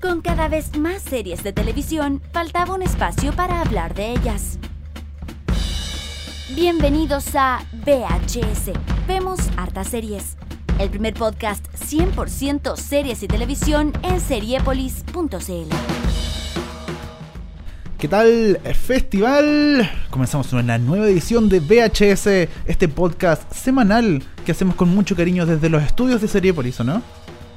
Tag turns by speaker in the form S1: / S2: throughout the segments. S1: Con cada vez más series de televisión, faltaba un espacio para hablar de ellas. Bienvenidos a VHS. Vemos hartas series. El primer podcast 100% series y televisión en seriepolis.cl.
S2: ¿Qué tal, festival? Comenzamos una nueva edición de VHS, este podcast semanal que hacemos con mucho cariño desde los estudios de Seriepolis, ¿o no?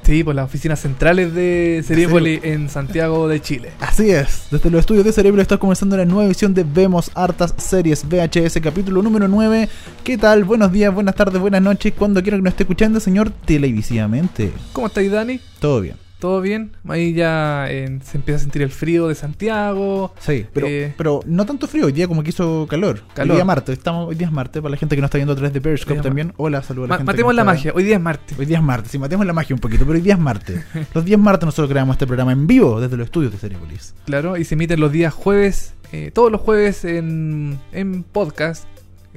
S3: Sí, por las oficinas centrales de Seriepoli en Santiago de Chile.
S2: Así es, desde los estudios de Cerebro está comenzando la nueva edición de Vemos Hartas Series VHS, capítulo número 9. ¿Qué tal? Buenos días, buenas tardes, buenas noches, cuando quiera que nos esté escuchando, señor, televisivamente.
S3: ¿Cómo estáis, Dani?
S2: Todo bien.
S3: ¿Todo bien? Ahí ya eh, se empieza a sentir el frío de Santiago.
S2: Sí, pero,
S3: Eh,
S2: pero no tanto frío, hoy día como que hizo calor.
S3: Calor.
S2: Hoy día martes, estamos, hoy día es martes, para la gente que nos está viendo a través de Periscope
S3: Hoy día es
S2: también. Hola, saludos a la
S3: ma-
S2: gente. que
S3: matemos
S2: nos
S3: la
S2: está-
S3: magia, hoy día es martes.
S2: Hoy día es martes, sí, matemos la magia un poquito, pero hoy día es martes. Los días martes nosotros creamos este programa en vivo desde los estudios de Cerepolis.
S3: Claro, y se emiten los días jueves, eh, todos los jueves en, en podcast.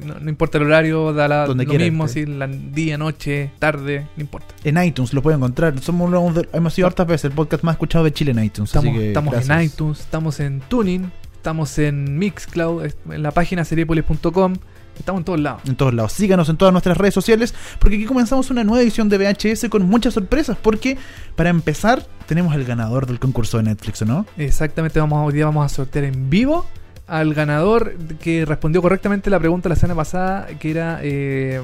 S3: No, no importa el horario, da la,
S2: Donde
S3: lo
S2: quiera,
S3: mismo,
S2: sí.
S3: si la día, noche, tarde, no importa.
S2: En iTunes lo pueden encontrar. Somos uno de- hemos sido hartas veces el podcast más escuchado de Chile en iTunes. así
S3: Estamos,
S2: que
S3: estamos en
S2: gracias.
S3: iTunes, estamos en Tuning, estamos en Mixcloud, est- en la página seriepolis.com, estamos en todos lados.
S2: En todos lados. Síganos en todas nuestras redes sociales porque aquí comenzamos una nueva edición de VHS con muchas sorpresas porque para empezar tenemos el ganador del concurso de Netflix, ¿o no?
S3: Exactamente, vamos, hoy día vamos a sortear en vivo al ganador que respondió correctamente la pregunta la semana pasada, que era eh,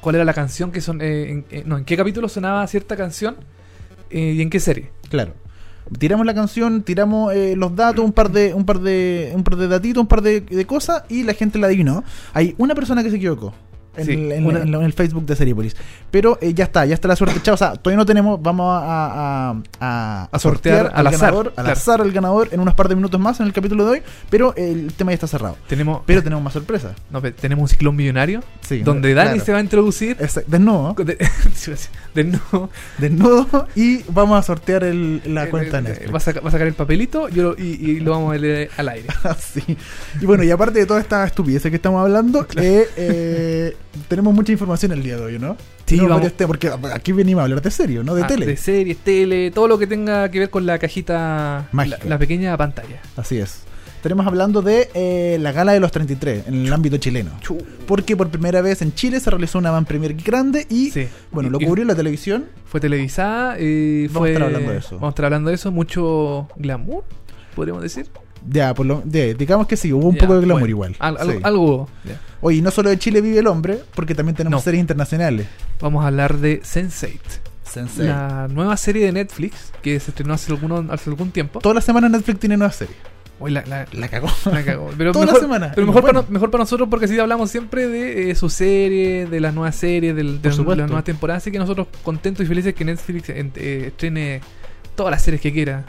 S3: cuál era la canción que son, eh, en, eh, no, en qué capítulo sonaba cierta canción eh, y en qué serie.
S2: Claro. Tiramos la canción, tiramos eh, los datos, un par de un par de un par de datitos, un par de, de cosas y la gente la adivinó. Hay una persona que se equivocó. En,
S3: Sí,
S2: el, en-
S3: una-
S2: en- en el Facebook de Seriepolis. Pero eh, ya está, ya está la suerte echada. O sea, todavía no tenemos. Vamos a, a- a-
S3: A sortear al azar,
S2: ganador, al
S3: claro.
S2: azar al ganador en unos par de minutos más en el capítulo de hoy. Pero el tema ya está cerrado.
S3: Tenemos,
S2: Pero tenemos más sorpresas.
S3: no, pe- tenemos un ciclón millonario
S2: Sí,
S3: donde
S2: claro. Eh.
S3: Dani se va a introducir
S2: Ese- desnudo,
S3: de, de nuevo.
S2: desnudo y vamos a sortear el- la
S3: Eh,
S2: cuenta
S3: eh,
S2: de Netflix.
S3: Va a, saca- va a sacar el papelito yo lo- y, y lo vamos a leer al aire.
S2: Ah, Así. Y bueno, y aparte de toda esta estupidez que estamos hablando, eh, eh, tenemos mucha información el día de hoy, ¿no?
S3: Sí,
S2: Tenemos
S3: vamos.
S2: varios temas, porque aquí venimos a hablar de serio, ¿no? De
S3: Ah,
S2: tele.
S3: De series, tele, todo lo que tenga que ver con la cajita,
S2: Mágica.
S3: la- la pequeña pantalla.
S2: Así es. Tenemos hablando de eh, la gala de los 33 en el ámbito chileno. Porque por primera vez en Chile se realizó una van premier grande y,
S3: Sí.
S2: bueno,
S3: Y-
S2: lo
S3: y-
S2: cubrió la televisión.
S3: Fue televisada. eh,
S2: Vamos a
S3: fue-
S2: estar hablando de eso.
S3: Vamos a estar hablando de eso. Mucho glamour, podríamos decir.
S2: Ya, por lo- de- digamos que sí, hubo un
S3: Ya,
S2: poco de glamour
S3: bueno,
S2: igual.
S3: al- al-
S2: Sí.
S3: Algo. ya.
S2: Oye, y no solo de Chile vive el hombre, porque también tenemos
S3: No.
S2: series internacionales.
S3: Vamos a hablar de Sense8.
S2: Sensei.
S3: La nueva serie de Netflix que se estrenó hace, alguno- hace algún tiempo.
S2: Toda la semana Netflix tiene nuevas series.
S3: Uy, la, la-
S2: La cagó.
S3: la cagó. Pero
S2: Toda la
S3: mejor,
S2: semana.
S3: Pero mejor,
S2: Bueno.
S3: para, no- mejor para nosotros porque sí hablamos siempre de eh, su serie, de las nuevas series, del- de,
S2: Por supuesto.
S3: las nuevas temporadas. Así que nosotros contentos y felices que Netflix en- eh, estrene todas las series que quiera.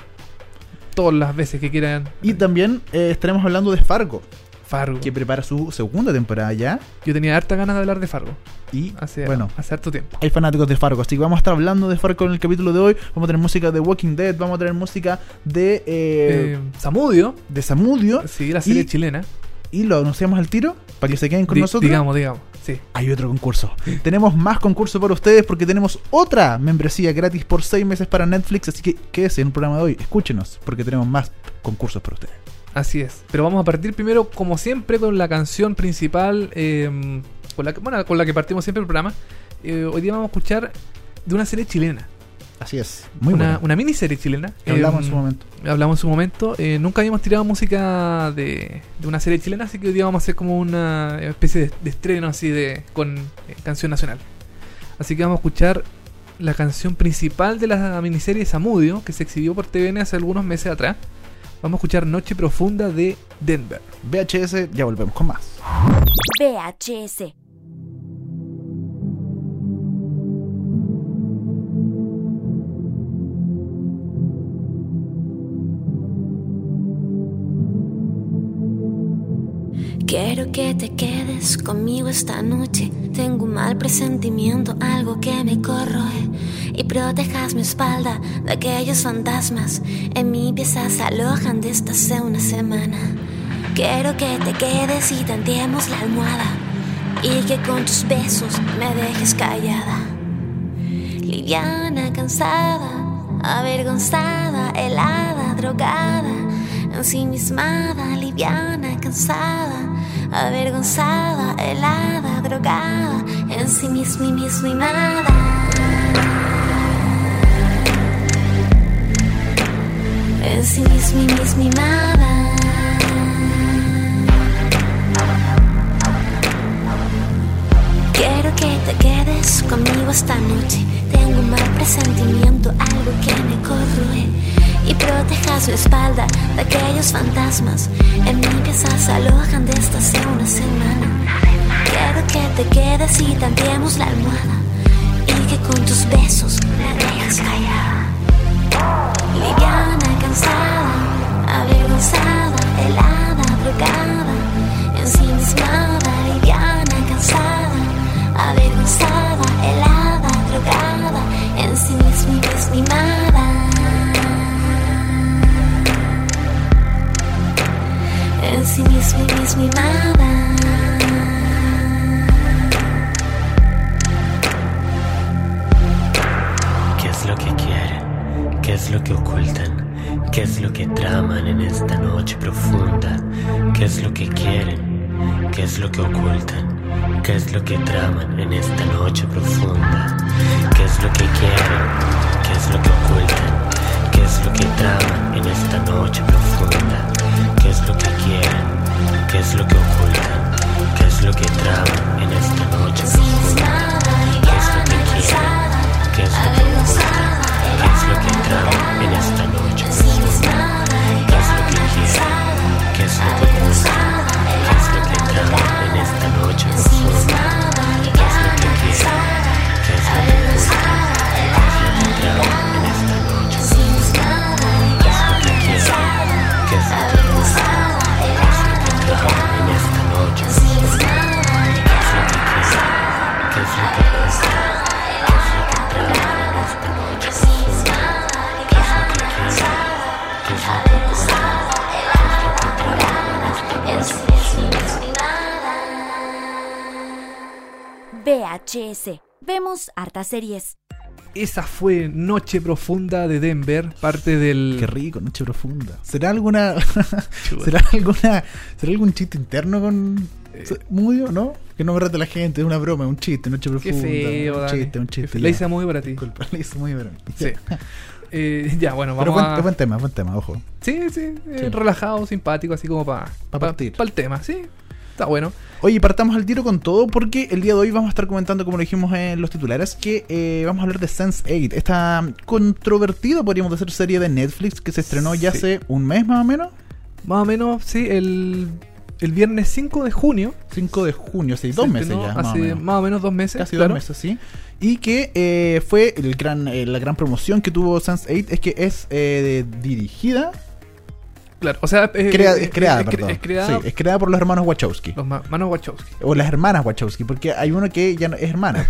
S3: Todas las veces que quieran.
S2: Y también eh, estaremos hablando de Fargo,
S3: Fargo.
S2: que prepara su segunda temporada ya.
S3: Yo tenía harta ganas de hablar de Fargo.
S2: Y
S3: hace,
S2: bueno,
S3: hace harto tiempo.
S2: hay fanáticos de Fargo, así que vamos a estar hablando de Fargo en el capítulo de hoy. Vamos a tener música de Walking Dead, vamos a tener música de, eh,
S3: Eh, Samudio,
S2: de Samudio.
S3: sí, la serie
S2: y-
S3: chilena.
S2: Y lo anunciamos al tiro para que se queden con
S3: Di-
S2: nosotros.
S3: Digamos, digamos. Sí.
S2: Hay otro concurso. tenemos más concurso para ustedes porque tenemos otra membresía gratis por seis meses para Netflix. Así que quédese en el programa de hoy, escúchenos porque tenemos más concursos para ustedes.
S3: Así es. Pero vamos a partir primero, como siempre, con la canción principal. eh, con, la que, bueno, con la que partimos siempre el programa. Eh, hoy día vamos a escuchar de una serie chilena.
S2: Así es, muy
S3: una,
S2: bueno.
S3: una miniserie chilena.
S2: Que hablamos
S3: Eh,
S2: en su momento.
S3: Hablamos en su momento. Eh, nunca habíamos tirado música de, de una serie chilena, así que hoy día vamos a hacer como una especie de, de estreno así de con eh, canción nacional. Así que vamos a escuchar la canción principal de la miniserie Samudio, que se exhibió por TVN hace algunos meses atrás. Vamos a escuchar Noche Profunda de Denver.
S2: VHS, ya volvemos con más.
S1: VHS.
S4: Quiero que te quedes conmigo esta noche. Tengo un mal presentimiento, algo que me corroe. Y protejas mi espalda de aquellos fantasmas. En mi pieza se alojan desde hace una semana. Quiero que te quedes y tendemos la almohada. Y que con tus besos me dejes callada. Liviana, cansada, avergonzada, helada, drogada, ensimismada, liviana, cansada, avergonzada, helada, drogada, ensimismimada. Ensimismimada. Quiero que te quedes conmigo esta noche. Tengo un mal presentimiento, algo que me corroe. Y protejas mi espalda de aquellos fantasmas. En mi pieza se alojan desde hace una semana. Quiero que te quedes y tanteemos la almohada. Y que con tus besos la dejes callada. Liviana, cansada, avergonzada, helada, drogada, ensimismada, liviana, cansada, avergonzada, helada, drogada, ensimismada. Ensimismada.
S5: ¿Qué es lo que quieren? ¿Qué es lo que ocultan? ¿Qué es lo que traman en esta noche profunda? ¿Qué es lo que quieren? ¿Qué es lo que ocultan? ¿Qué es lo que traman en esta noche profunda? ¿Qué es lo que quieren? ¿Qué es lo que ocultan? ¿Qué es lo que traman en esta noche profunda? ¿Qué es lo que quieren? ¿Qué es lo que ocultan? ¿Qué es lo que traman en esta noche profunda? ¿Qué es lo que quieren? ¿Qué es lo que ocultan? ¿Qué es lo que traman en esta noche profunda? ¿Qué es lo que quieren? ¿Qué es lo que ocultan? ¿Qué es lo que traman en esta noche profunda? ¿Qué es lo que quieren? ¿Qué es lo que ocultan? ¿Qué es lo que traman en esta noche profunda? ¿Qué es lo que quieren? ¿Qué es lo que ocultan? ¿Qué es lo que traman en esta noche profunda? ¿Qué es lo que quieren? ¿Qué es lo que ocultan? ¿Qué es lo que traman en esta noche profunda? ¿Qué es lo que quieren? ¿Qué es lo que ocultan? ¿Qué es lo que traman en esta noche profunda?
S1: VHS. Vemos hartas series.
S3: Esa fue Noche Profunda de Denver, parte del...
S2: Qué rico, noche profunda. ¿Será alguna. ¿Será alguna. ¿Será algún chiste interno con.
S3: Eh.
S2: Mudio, no? Que no me rete la gente, es una broma, es un chiste, noche
S3: Qué
S2: profunda.
S3: feo,
S2: un
S3: Dani.
S2: chiste, un
S3: Qué
S2: chiste.
S3: feo.
S2: ya.
S3: La hice muy para ti.
S2: Disculpa, la hice muy broma.
S3: Sí. Eh, ya, bueno,
S2: Pero
S3: vamos
S2: buen,
S3: a...
S2: buen tema, buen tema, ojo.
S3: Sí, sí,
S2: Sí.
S3: eh, relajado, simpático, así como para...
S2: Pa partir.
S3: el tema, sí. Está bueno.
S2: Oye, partamos al tiro con todo porque el día de hoy vamos a estar comentando, como lo dijimos en los titulares, que eh, vamos a hablar de Sense8, esta controvertida, podríamos decir, serie de Netflix que se estrenó ya
S3: Sí.
S2: hace un mes más o menos.
S3: Más o menos, sí, el, el viernes 5 de junio.
S2: 5 de junio, sí, dos
S3: se
S2: meses
S3: estrenó
S2: ya. más o
S3: Hace
S2: menos.
S3: dos meses.
S2: casi
S3: claro.
S2: dos meses, sí. Y que eh, fue el gran, eh, la gran promoción que tuvo Sense8 es que es eh, de- dirigida,
S3: Claro, o sea, eh,
S2: crea-
S3: eh,
S2: es creada,
S3: es cre-
S2: perdón.
S3: es creada
S2: Sí, es creada por los hermanos Wachowski.
S3: los ma- manos Wachowski.
S2: O las hermanas Wachowski, porque hay uno que ya no, es hermana.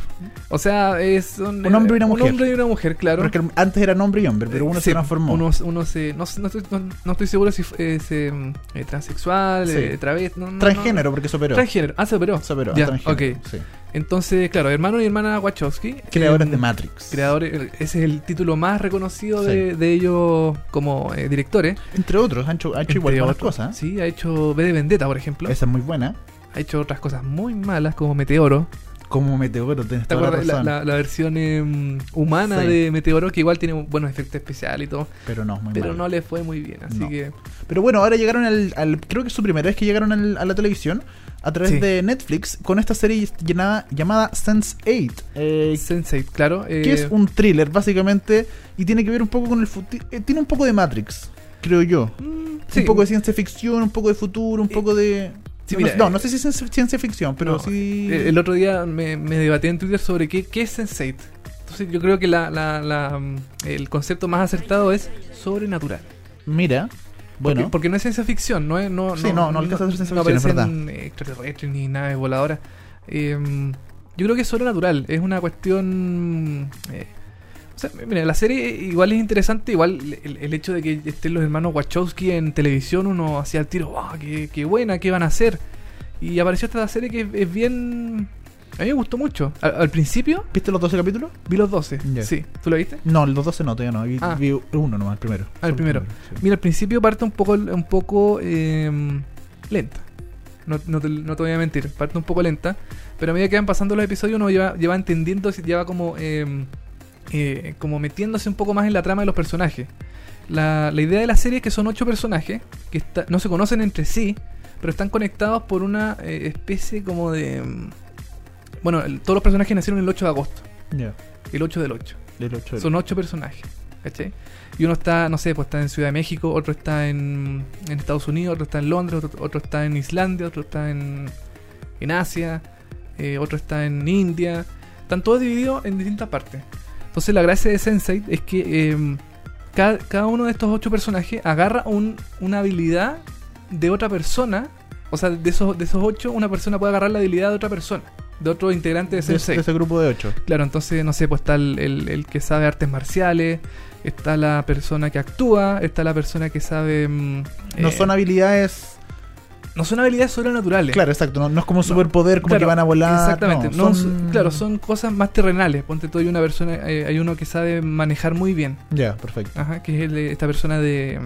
S3: O sea, es un,
S2: Un hombre y una
S3: eh,
S2: mujer.
S3: hombre y una mujer, claro.
S2: Porque antes eran hombre y hombre, pero uno
S3: Eh,
S2: se
S3: sí,
S2: transformó.
S3: Uno, uno se, no, sé, no estoy, no- no estoy seguro si fue- es eh, eh, transexual,
S2: Sí.
S3: eh, travesti. no, no, no.
S2: transgénero, porque se operó.
S3: Transgénero. Ah, se operó.
S2: Se operó,
S3: Ya,
S2: transgénero,
S3: ok.
S2: sí.
S3: Entonces, claro, hermano y hermana Wachowski.
S2: Creadores
S3: eh,
S2: de Matrix.
S3: Creadores, eh, ese es el título más reconocido
S2: Sí.
S3: de, de ellos como eh, directores.
S2: Entre otros, han hecho, han hecho igual
S3: Entre
S2: buenas
S3: otros.
S2: cosas. ¿eh?
S3: Sí, ha hecho B de Vendetta, por ejemplo.
S2: Esa es muy buena.
S3: Ha hecho otras cosas muy malas como Meteoro.
S2: Como Meteoro, tienes
S3: ¿Te
S2: toda la
S3: acuerdas la,
S2: razón.
S3: la- la versión em, humana
S2: Sí.
S3: de Meteoro que igual tiene buenos efectos especiales y todo?
S2: Pero no, es muy
S3: Pero
S2: mala.
S3: no le fue muy bien, así
S2: No.
S3: que
S2: Pero bueno, ahora llegaron al, al- Creo que es su primera vez que llegaron al- a la televisión a través
S3: Sí.
S2: de Netflix con esta serie llenada- llamada Sense8. eh,
S3: Sensei, claro. eh,
S2: que es un thriller, básicamente. Y tiene que ver un poco con el futuro. tiene un poco de Matrix, creo yo.
S3: mm, sí, Eh,
S2: Un poco de ciencia ficción, un poco de futuro, un poco de.
S3: sí,
S2: no,
S3: mira,
S2: no,
S3: eh,
S2: no sé si es ciencia- ciencia ficción, pero
S3: no,
S2: sí.
S3: eh, El otro día me, me debatí en Twitter sobre qué, qué es Sensei. Entonces yo creo que la, la- la, mm, el concepto más acertado es sobrenatural.
S2: Mira,
S3: Porque-
S2: bueno,
S3: Porque, no es ciencia ficción, no es. No,
S2: Sí, no, no alcanza a ser ciencia
S3: no
S2: ficción, es
S3: aparecen, eh, extraterrestres ni naves voladoras. Eh, yo creo que es sobrenatural, es una cuestión. eh, o sea, mira, la serie igual es interesante, igual el, el hecho de que estén los hermanos Wachowski en televisión, uno hacía "Ah, el tiro, ¡wow! Qué, qué buena! ¿Qué van a hacer? Y apareció esta serie que es, es bien. A mí me gustó mucho. Al, al principio
S2: ¿Viste los 12 capítulos?
S3: vi los 12.
S2: Ya.
S3: Sí. ¿Tú lo viste?
S2: No, los 12 no, todavía no. Vi,
S3: Ah.
S2: vi uno nomás, el primero.
S3: Ah, el primero.
S2: sí.
S3: Mira, al principio parte un poco, un poco eh, lenta. No, no te, no te voy a mentir, parte un poco lenta. Pero a medida que van pasando los episodios uno lleva, lleva entendiendo, lleva como, eh, eh, como metiéndose un poco más en la trama de los personajes. La, la idea de la serie es que son ocho personajes que está- no se conocen entre sí, pero están conectados por una eh, especie como de... mm, Bueno, el- todos los personajes nacieron el 8 de agosto,
S2: Ya,
S3: el 8 del 8.
S2: del 8.
S3: Son ocho personajes, ¿cachai? Y uno está, no sé, pues está en Ciudad de México, otro está en, en Estados Unidos, otro está en Londres, otro, otro está en Islandia, otro está en, en Asia, eh, otro está en India. Están todos divididos en distintas partes. Entonces la gracia de Sensei es que eh, cada, cada uno de estos ocho personajes agarra un- una habilidad de otra persona. O sea, de esos, de esos ocho, una persona puede agarrar la habilidad de otra persona, de otro integrante de
S2: de,
S3: Sensei.
S2: de ese grupo de 8.
S3: Claro, entonces, no sé, pues está el, el- el que sabe artes marciales, está la persona que actúa, está la persona que sabe... mm,
S2: No
S3: eh,
S2: son habilidades.
S3: no son habilidades sobrenaturales.
S2: Claro, exacto. No, no es como un superpoder, como
S3: Claro,
S2: que van a volar.
S3: Exactamente.
S2: no,
S3: no son- claro, son cosas más terrenales. Ponte tú, hay una persona, eh, hay uno que sabe manejar muy bien,
S2: Ya, perfecto.
S3: ajá, que es el de- esta persona de,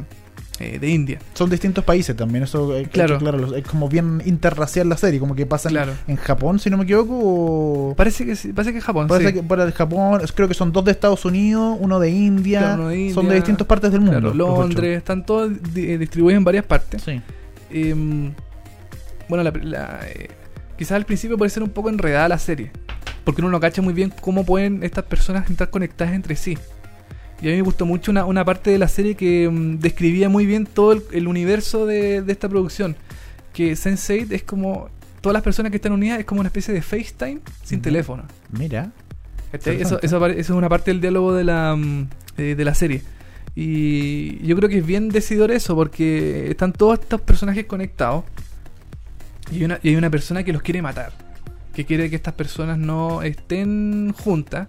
S3: eh, de India.
S2: Son distintos países también, eso hay que-
S3: Claro.
S2: claro, los- es como bien interracial la serie, como que pasa en-
S3: Claro.
S2: en Japón, si no me equivoco, o...
S3: Parece que sí, parece que es Japón.
S2: Parece
S3: sí.
S2: que para de Japón, creo que son dos de Estados Unidos, uno de India,
S3: Claro, uno de
S2: son de
S3: India.
S2: distintas partes del mundo.
S3: Claro,
S2: los ocho.
S3: Londres, están todos di- eh, distribuidos en varias partes.
S2: Sí.
S3: em, bueno, la, la, eh, quizás al principio puede ser un poco enredada la serie, porque uno no cacha muy bien cómo pueden estas personas estar conectadas entre sí. Y a mí me gustó mucho una, una parte de la serie que mm, describía muy bien todo el, el universo de, de esta producción. Que Sense8 es como. Todas las personas que están unidas es como una especie de FaceTime sin
S2: Ujú.
S3: teléfono.
S2: Mira,
S3: ¿Cachai? Eso,
S2: Interesante.
S3: eso, apare- eso es una parte del diálogo de la, mm, eh, de la serie. Y yo creo que es bien decidor eso, porque están todos estos personajes conectados. Y hay una, y hay una persona que los quiere matar. Que quiere que estas personas no estén juntas.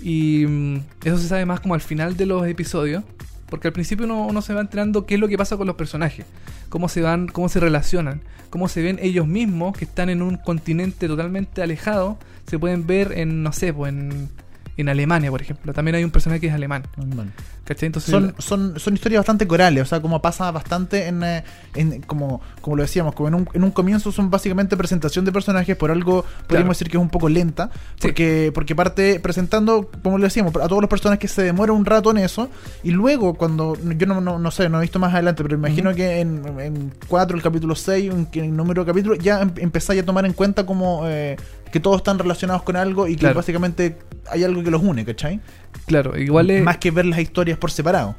S3: Y mm, eso se sabe más como al final de los episodios. Porque al principio uno, uno se va enterando qué es lo que pasa con los personajes. Cómo se van, cómo se relacionan. Cómo se ven ellos mismos, que están en un continente totalmente alejado. Se pueden ver en, no sé, pues en, en Alemania, por ejemplo. También hay un personaje que es alemán.
S2: bueno.
S3: ¿Cachai? Entonces,
S2: son, son, son historias bastante corales, o sea, como pasa bastante en, eh, en- como, como lo decíamos, como en un, en un comienzo son básicamente presentación de personajes, por algo podríamos decir que es un poco lenta, porque, porque parte presentando, como lo decíamos, a todos los personajes que se demora un rato en eso, y luego cuando, yo no, no, no sé, no he visto más adelante, pero imagino
S3: Ujú.
S2: que en, en 4, el capítulo 6, en, que el número de capítulos, ya em- empezáis a tomar en cuenta como... eh, que todos están relacionados con algo y que
S3: Claro.
S2: básicamente hay algo que los une, ¿cachai?
S3: claro, igual eh, es,
S2: Más que ver las historias por separado.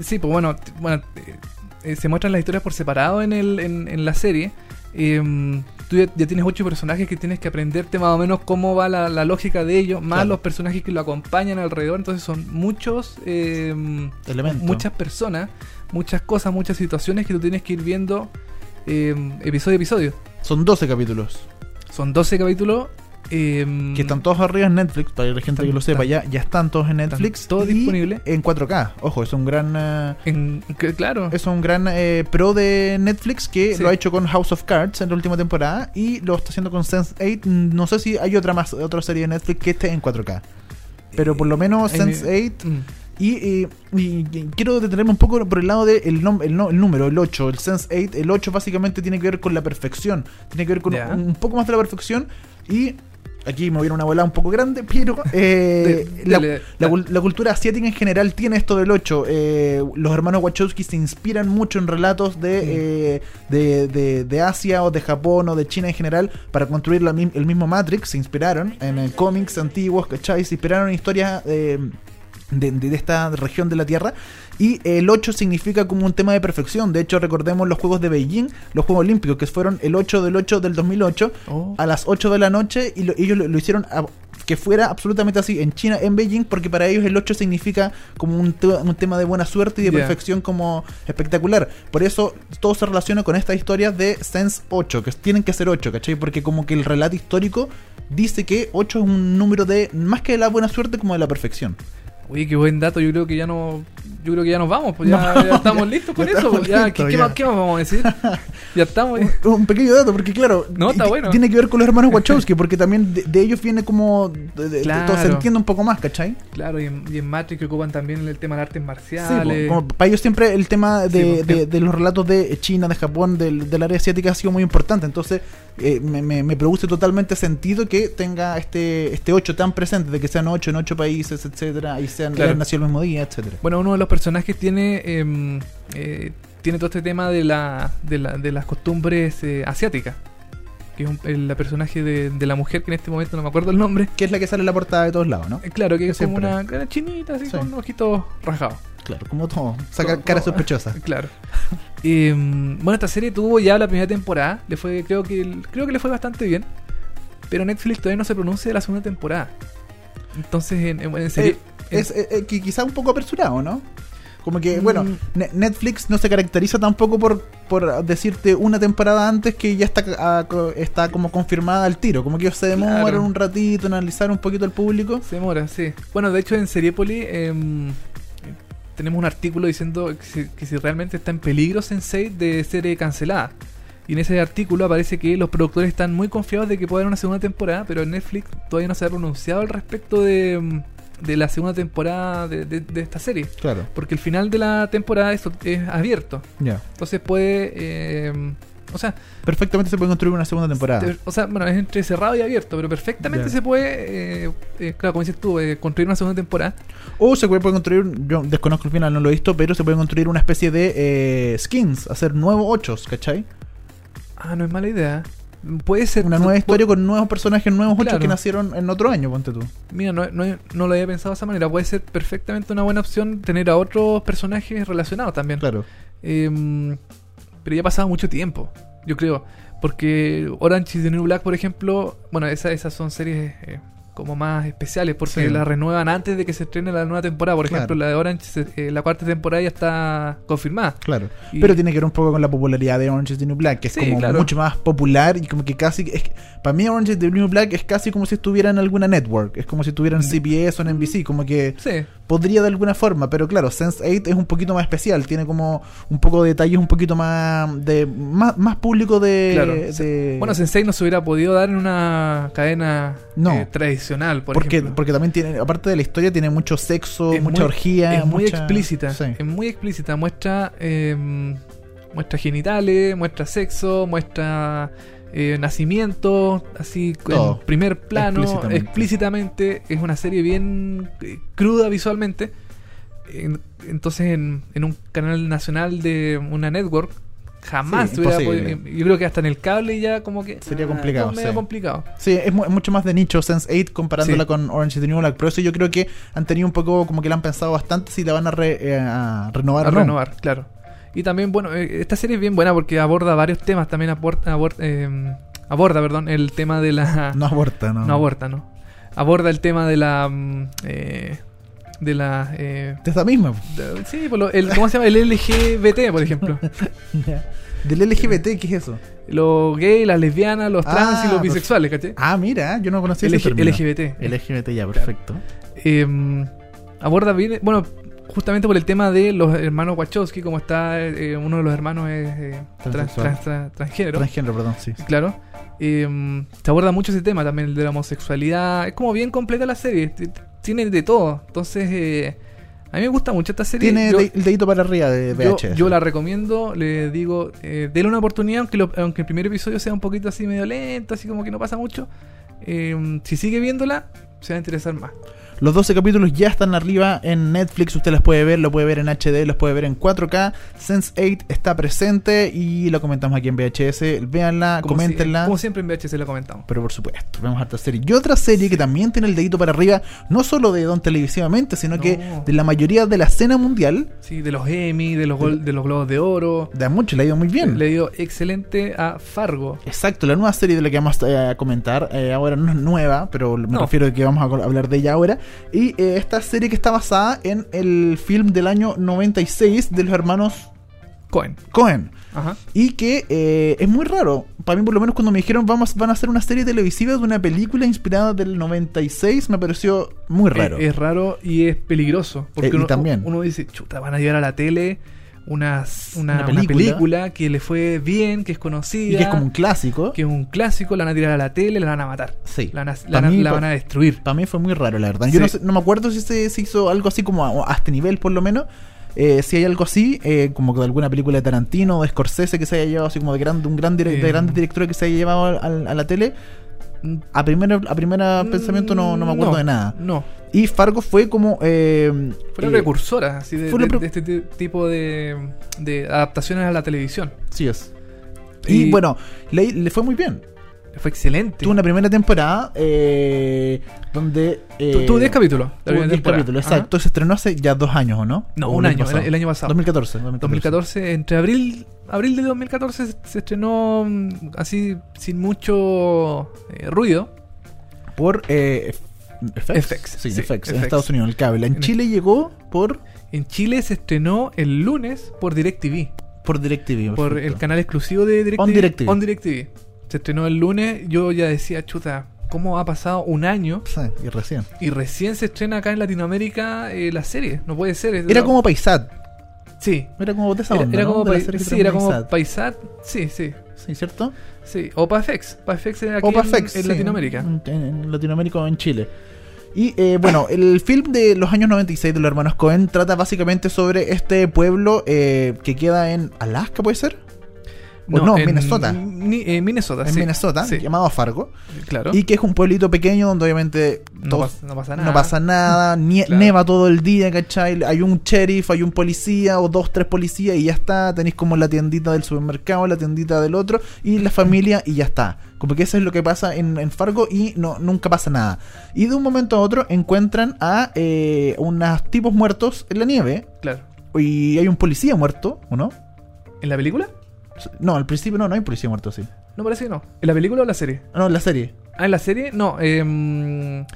S3: Sí, pues bueno, t- bueno eh, eh, se muestran las historias por separado en, el, en, en la serie. Em, tú ya, ya tienes ocho personajes que tienes que aprenderte más o menos cómo va la, la lógica de ellos, más
S2: Claro.
S3: los personajes que lo acompañan alrededor. Entonces son muchos, em,
S2: Elemento.
S3: muchas personas, muchas cosas, muchas situaciones que tú tienes que ir viendo em, episodio a episodio.
S2: Son 12 capítulos.
S3: Son 12 capítulos. em,
S2: Que están todos arriba en Netflix, para la gente
S3: Están-
S2: que lo sepa, ya, ya están todos en
S3: están
S2: Netflix.
S3: todos
S2: y
S3: disponibles.
S2: En 4K. Ojo, es un gran. eh,
S3: en- que- claro.
S2: es un gran eh, pro de Netflix que
S3: Sí.
S2: lo ha hecho con House of Cards en la última temporada y lo está haciendo con Sense8. No sé si hay otra más, otra serie de Netflix que esté en 4K. Pero por lo menos
S3: Ahí me-
S2: Sense8
S3: Mm.
S2: y, eh, y- y quiero detenerme un poco por el lado del el nom- el no- el número, el 8, el Sense 8. El 8 básicamente tiene que ver con la perfección, tiene que ver con
S3: Ya.
S2: un, un poco más de la perfección y aquí me viene una volada un poco grande, pero eh,
S3: De-
S2: la,
S3: dale.
S2: la cul- la cultura asiática en general tiene esto del 8. los hermanos Wachowski se inspiran mucho en relatos de,
S3: Mm.
S2: eh, de, de- de Asia o de Japón o de China en general para construir la mim- el mismo Matrix. Se inspiraron en eh, cómics antiguos, ¿cachai? Se inspiraron en historias... eh, de, de- de esta región de la Tierra. Y el 8 significa como un tema de perfección. De hecho, recordemos los Juegos de Beijing, los Juegos Olímpicos, que fueron el 8 del 8 del 2008
S3: Oh.
S2: a las 8 de la noche. Y lo- ellos lo, lo hicieron a- que fuera absolutamente así en China, en Beijing, porque para ellos el 8 significa como un, te- un tema de buena suerte y de
S3: Ya.
S2: perfección como espectacular. Por eso todo se relaciona con esta historia de Sense 8, que tienen que ser 8, ¿cachai? Porque como que el relato histórico dice que 8 es un número de más que de la buena suerte como de la perfección.
S3: Oye, qué buen dato, yo creo que ya no. Yo creo que ya nos vamos, pues ya,
S2: No,
S3: ya estamos
S2: ya-
S3: listos con
S2: ya
S3: eso.
S2: estamos
S3: pues, ya, ¿qué-
S2: listos,
S3: ¿qué,
S2: ya.
S3: Más, qué más vamos a decir? ya estamos. eh, ya.
S2: Un, un pequeño dato, porque claro,
S3: No, está
S2: ti-
S3: bueno.
S2: tiene que ver con los hermanos Wachowski, porque también de, de ellos viene como. de- de-
S3: Claro.
S2: todo se entiende un poco más, ¿cachai?
S3: Claro, y en, y en Matrix que ocupan también el tema de artes marciales.
S2: Sí, po, como para ellos siempre el tema de,
S3: Sí, po,
S2: de-
S3: sí.
S2: de los relatos de China, de Japón, del, del área asiática ha sido muy importante. Entonces eh, me, me- me produce totalmente sentido que tenga este este 8 tan presente, de que sean 8 en 8 países, etcétera, y sean
S3: Claro.
S2: hayan nacido el mismo día, etcétera.
S3: Bueno, uno de los personajes tiene em, eh, tiene todo este tema de, la, de, la- de las costumbres eh, asiáticas. Que es un- el la personaje de, de la mujer, que en este momento no me acuerdo el nombre.
S2: Que es la que sale en la portada de todos lados, ¿no?
S3: Eh, Claro, que es como
S2: Siempre.
S3: una cara chinita, así
S2: Sí.
S3: con ojitos rajados.
S2: Claro, como todo. Saca
S3: Todo-
S2: cara
S3: todo.
S2: sospechosa.
S3: Claro. Em, bueno, esta serie tuvo ya la primera temporada. Le fue, creo que creo que le fue bastante bien. Pero Netflix todavía no se pronuncia de la segunda temporada. Entonces, en, en- en serie.
S2: Eh, es eh, eh, que quizá un poco apresurado, ¿no? Como que,
S3: Mm.
S2: bueno, Ne- Netflix no se caracteriza tampoco por, por decirte una temporada antes que ya está, ah, co- está como confirmada al tiro. Como que ellos se demoran
S3: Claro.
S2: un ratito, en analizar un poquito al público.
S3: Se demora, sí. Bueno, de hecho en Seriepoli em, tenemos un artículo diciendo que si, que si realmente está en peligro Sensei de ser eh, cancelada. Y en ese artículo aparece que los productores están muy confiados de que pueda haber una segunda temporada, pero Netflix todavía no se ha pronunciado al respecto de, em, de la segunda temporada de, de- de esta serie.
S2: Claro,
S3: Porque el final de la temporada es, es abierto.
S2: ya.
S3: Entonces puede... em, o sea,
S2: Perfectamente se puede construir una segunda temporada.
S3: te- o sea, bueno, es entre cerrado y abierto, pero perfectamente
S2: Ya.
S3: se puede, eh, eh, claro, como dices tú, eh, construir una segunda temporada.
S2: O se puede puede construir, yo desconozco el final, no lo he visto, pero se puede construir una especie de eh, skins, hacer nuevos ochos, ¿cachai?
S3: Ah, no es mala idea. Puede ser.
S2: Una nueva historia con nuevos personajes, nuevos ochos
S3: Claro.
S2: que nacieron en otro año, ponte tú.
S3: Mira, no, no, no lo había pensado de esa manera. Puede ser perfectamente una buena opción tener a otros personajes relacionados también.
S2: Claro.
S3: Em, pero ya ha pasado mucho tiempo, yo creo. Porque Orange is the New Black, por ejemplo, bueno, esa- esas son series eh, como más especiales porque
S2: Sí.
S3: las renuevan antes de que se estrene la nueva temporada. Por
S2: Claro.
S3: ejemplo, la de Orange, se- eh, la cuarta temporada ya está confirmada.
S2: Claro.
S3: Y-
S2: Pero tiene que ver un poco con la popularidad de Orange is the New Black, que es
S3: Sí,
S2: como
S3: claro.
S2: mucho más popular y como que casi. Es, que- para mí, Orange is the New Black es casi como si estuviera en alguna network. Es como si estuviera en
S3: Mm.
S2: CBS o en NBC. Como que
S3: Sí,
S2: podría de alguna forma, pero claro, Sense8 es un poquito más especial. Tiene como un poco de detalles un poquito más. de más, más público de.
S3: Claro.
S2: Eh, de-
S3: Bueno, Sensei no se hubiera podido dar en una cadena
S2: No.
S3: eh, tradicional, por
S2: porque,
S3: ejemplo.
S2: porque también tiene, aparte de la historia, tiene mucho sexo,
S3: Es
S2: mucha
S3: muy-
S2: orgía.
S3: es muy
S2: mucha-
S3: explícita.
S2: Sí.
S3: Es muy explícita. Muestra, eh, muestra genitales, muestra sexo, muestra eh, nacimiento, así
S2: Todo.
S3: en primer plano,
S2: Explícitamente.
S3: explícitamente. Es una serie bien eh, cruda visualmente. En- entonces, en, en un canal nacional de una network, jamás
S2: Sí,
S3: se hubiera
S2: imposible.
S3: podido- Yo creo que hasta en el cable ya como que.
S2: Sería
S3: ah,
S2: complicado,
S3: es medio
S2: sí.
S3: complicado.
S2: Sí, es, mu- es mucho más de nicho Sense8 comparándola
S3: Sí.
S2: con Orange is the New Black. Por eso yo creo que han tenido un poco como que la han pensado bastante si la van a, re- eh, a renovar
S3: a
S2: o no.
S3: renovar, claro. Y también, bueno, eh, esta serie es bien buena porque aborda varios temas. También aporta, abor- eh, aborda perdón, el tema de la.
S2: No aborta, no.
S3: no aborta, ¿no? Aborda el tema de la. mm, eh, de la. eh,
S2: De esta misma.
S3: de- sí, por lo- el, ¿cómo se llama? El LGBT, por ejemplo.
S2: Del LGBT, ¿qué es eso?
S3: Los gays, las lesbianas, los trans
S2: Ah,
S3: y los
S2: perf-
S3: bisexuales, ¿cachai?
S2: Ah, mira, yo no conocía
S3: LG-
S2: ese término.
S3: LGBT.
S2: LGBT, ya, perfecto.
S3: Eh, aborda bien, bueno, justamente por el tema de los hermanos Wachowski, como está eh, uno de los hermanos es eh, trans,
S2: Transexual.
S3: trans- trans- transgénero.
S2: Transgénero, perdón, sí. sí.
S3: Claro. Eh, se aborda mucho ese tema también, el de la homosexualidad. Es como bien completa la serie. t- t- Tiene de todo. Entonces, eh, a mí me gusta mucho esta serie.
S2: Tiene
S3: yo,
S2: de- el dedito para arriba de
S3: yo-
S2: VHS.
S3: yo la recomiendo. Le digo, eh, denle una oportunidad, aunque, lo- aunque el primer episodio sea un poquito así medio lento, así como que no pasa mucho. Eh, si sigue viéndola, se va a interesar más.
S2: Los 12 capítulos ya están arriba en Netflix, usted las puede ver, lo puede ver en HD, los puede ver en 4K. Sense8 está presente y lo comentamos aquí en VHS. Véanla,
S3: Como si-
S2: Ah, coméntenla.
S3: como siempre en VHS la comentamos.
S2: Pero por supuesto, vemos harta serie. Y otra serie que también tiene el dedito para arriba, no solo de Don televisivamente, sino
S3: No.
S2: que de la mayoría de la escena mundial,
S3: Sí, de los Emmy, de los, gol- de los Globos de Oro.
S2: de a mucho le ha ido muy bien.
S3: Le digo excelente a Fargo.
S2: Exacto, la nueva serie de la que vamos eh, a comentar eh, ahora no es nueva, pero me
S3: No.
S2: refiero a que vamos a col- hablar de ella ahora. Y eh, esta serie que está basada en el film del año 96 de los hermanos
S3: Cohen.
S2: Cohen.
S3: Ajá.
S2: Y que eh, es muy raro. Para mí, por lo menos, cuando me dijeron vamos, van a hacer una serie televisiva de una película inspirada del 96, me pareció muy raro.
S3: Es, es raro y es peligroso. Porque
S2: Eh, y
S3: uno,
S2: también.
S3: uno dice, chuta, van a llevar a la tele una, una,
S2: Una
S3: una película.
S2: película.
S3: que le fue bien, que es conocida.
S2: y que es como un clásico.
S3: que es un clásico, la van a tirar a la tele, la van a matar.
S2: Sí.
S3: La, van a- la
S2: Pa'
S3: van a-
S2: mí,
S3: la
S2: pa-
S3: van a destruir.
S2: Para mí fue muy raro, la verdad. Yo no,
S3: Sí.
S2: sé- no me acuerdo si se, se hizo algo así como a, a este nivel, por lo menos. Eh, si hay algo así, eh, como que de alguna película de Tarantino o de Scorsese que se haya llevado así como de, gran, de un gran dire-
S3: Eh.
S2: de grandes directores que se haya llevado al- al- a la tele. A primera a primera Ah, pensamiento no, no me acuerdo de nada.
S3: Mm, No.
S2: Y Fargo fue como... eh,
S3: Fue la
S2: eh,
S3: precursora así de,
S2: fue la
S3: de-
S2: pre-
S3: de este ti- tipo de, de adaptaciones a la televisión.
S2: eh, Sí es. Y,
S3: Y-
S2: bueno, le, le fue muy bien.
S3: Fue excelente.
S2: Tuvo una primera temporada eh, donde... eh,
S3: Tu- Tuvo 10 capítulos. la
S2: tuvo
S3: primera
S2: 10
S3: temporada.
S2: capítulos,
S3: Ajá.
S2: exacto. Se estrenó hace ya dos años, ¿o no?
S3: No,
S2: ¿O
S3: un
S2: el
S3: año, el, el año pasado.
S2: 2014, 2014.
S3: 2014, entre abril abril de 2014 se, se estrenó mm, así sin mucho eh, ruido.
S2: Por eh, FX.
S3: FX,
S2: Sí,
S3: sí,
S2: FX, En
S3: FX.
S2: Estados Unidos, el cable. En
S3: En-
S2: Chile llegó por,
S3: En Chile se estrenó el lunes por DirecTV,
S2: por DirecTV.
S3: por
S2: perfecto.
S3: el canal exclusivo de DirecTV.
S2: On DirecTV.
S3: On DirecTV. Se estrenó el lunes, yo ya decía, chuta, ¿cómo ha pasado un año?
S2: Sí, y recién.
S3: Y recién se estrena acá en Latinoamérica eh, la serie, no puede ser. es de
S2: Era
S3: la-
S2: como Paisat.
S3: Sí.
S2: Era como de esa
S3: Era,
S2: onda,
S3: era
S2: ¿no?
S3: como,
S2: De la
S3: Pai-
S2: serie que
S3: sí,
S2: era
S3: era como
S2: Paisat.
S3: Paisat. Sí, sí.
S2: Sí, ¿cierto?
S3: sí. O PAFX. PAFX era aquí
S2: O
S3: en-
S2: Pafex,
S3: en,
S2: sí,
S3: Latinoamérica.
S2: En, en Latinoamérica o en Chile. Y eh, bueno, el film de los años 96 de los hermanos Cohen trata básicamente sobre este pueblo eh, que queda en Alaska, ¿puede ser? O no,
S3: en
S2: Minnesota.
S3: Ni- eh, Minnesota,
S2: en
S3: sí.
S2: Minnesota,
S3: Sí,
S2: llamado Fargo.
S3: claro.
S2: Y que es un pueblito pequeño donde obviamente
S3: no,
S2: todos
S3: pasa, no pasa nada.
S2: No pasa nada, nie-
S3: Claro.
S2: neva todo el día, ¿cachai? Hay un sheriff, hay un policía o dos, tres policías y ya está. Tenéis como la tiendita del supermercado, la tiendita del otro y la familia y ya está. Como que eso es lo que pasa en, en Fargo y no, nunca pasa nada. Y de un momento a otro encuentran a eh, unos tipos muertos en la nieve
S3: Claro.
S2: y hay un policía muerto, ¿o no?
S3: ¿En la película?
S2: No, al principio no, no hay un policía muerto, sí.
S3: No parece que no. ¿En la película o en la serie?
S2: Ah, No, en la serie.
S3: Ah, en la serie, no. em,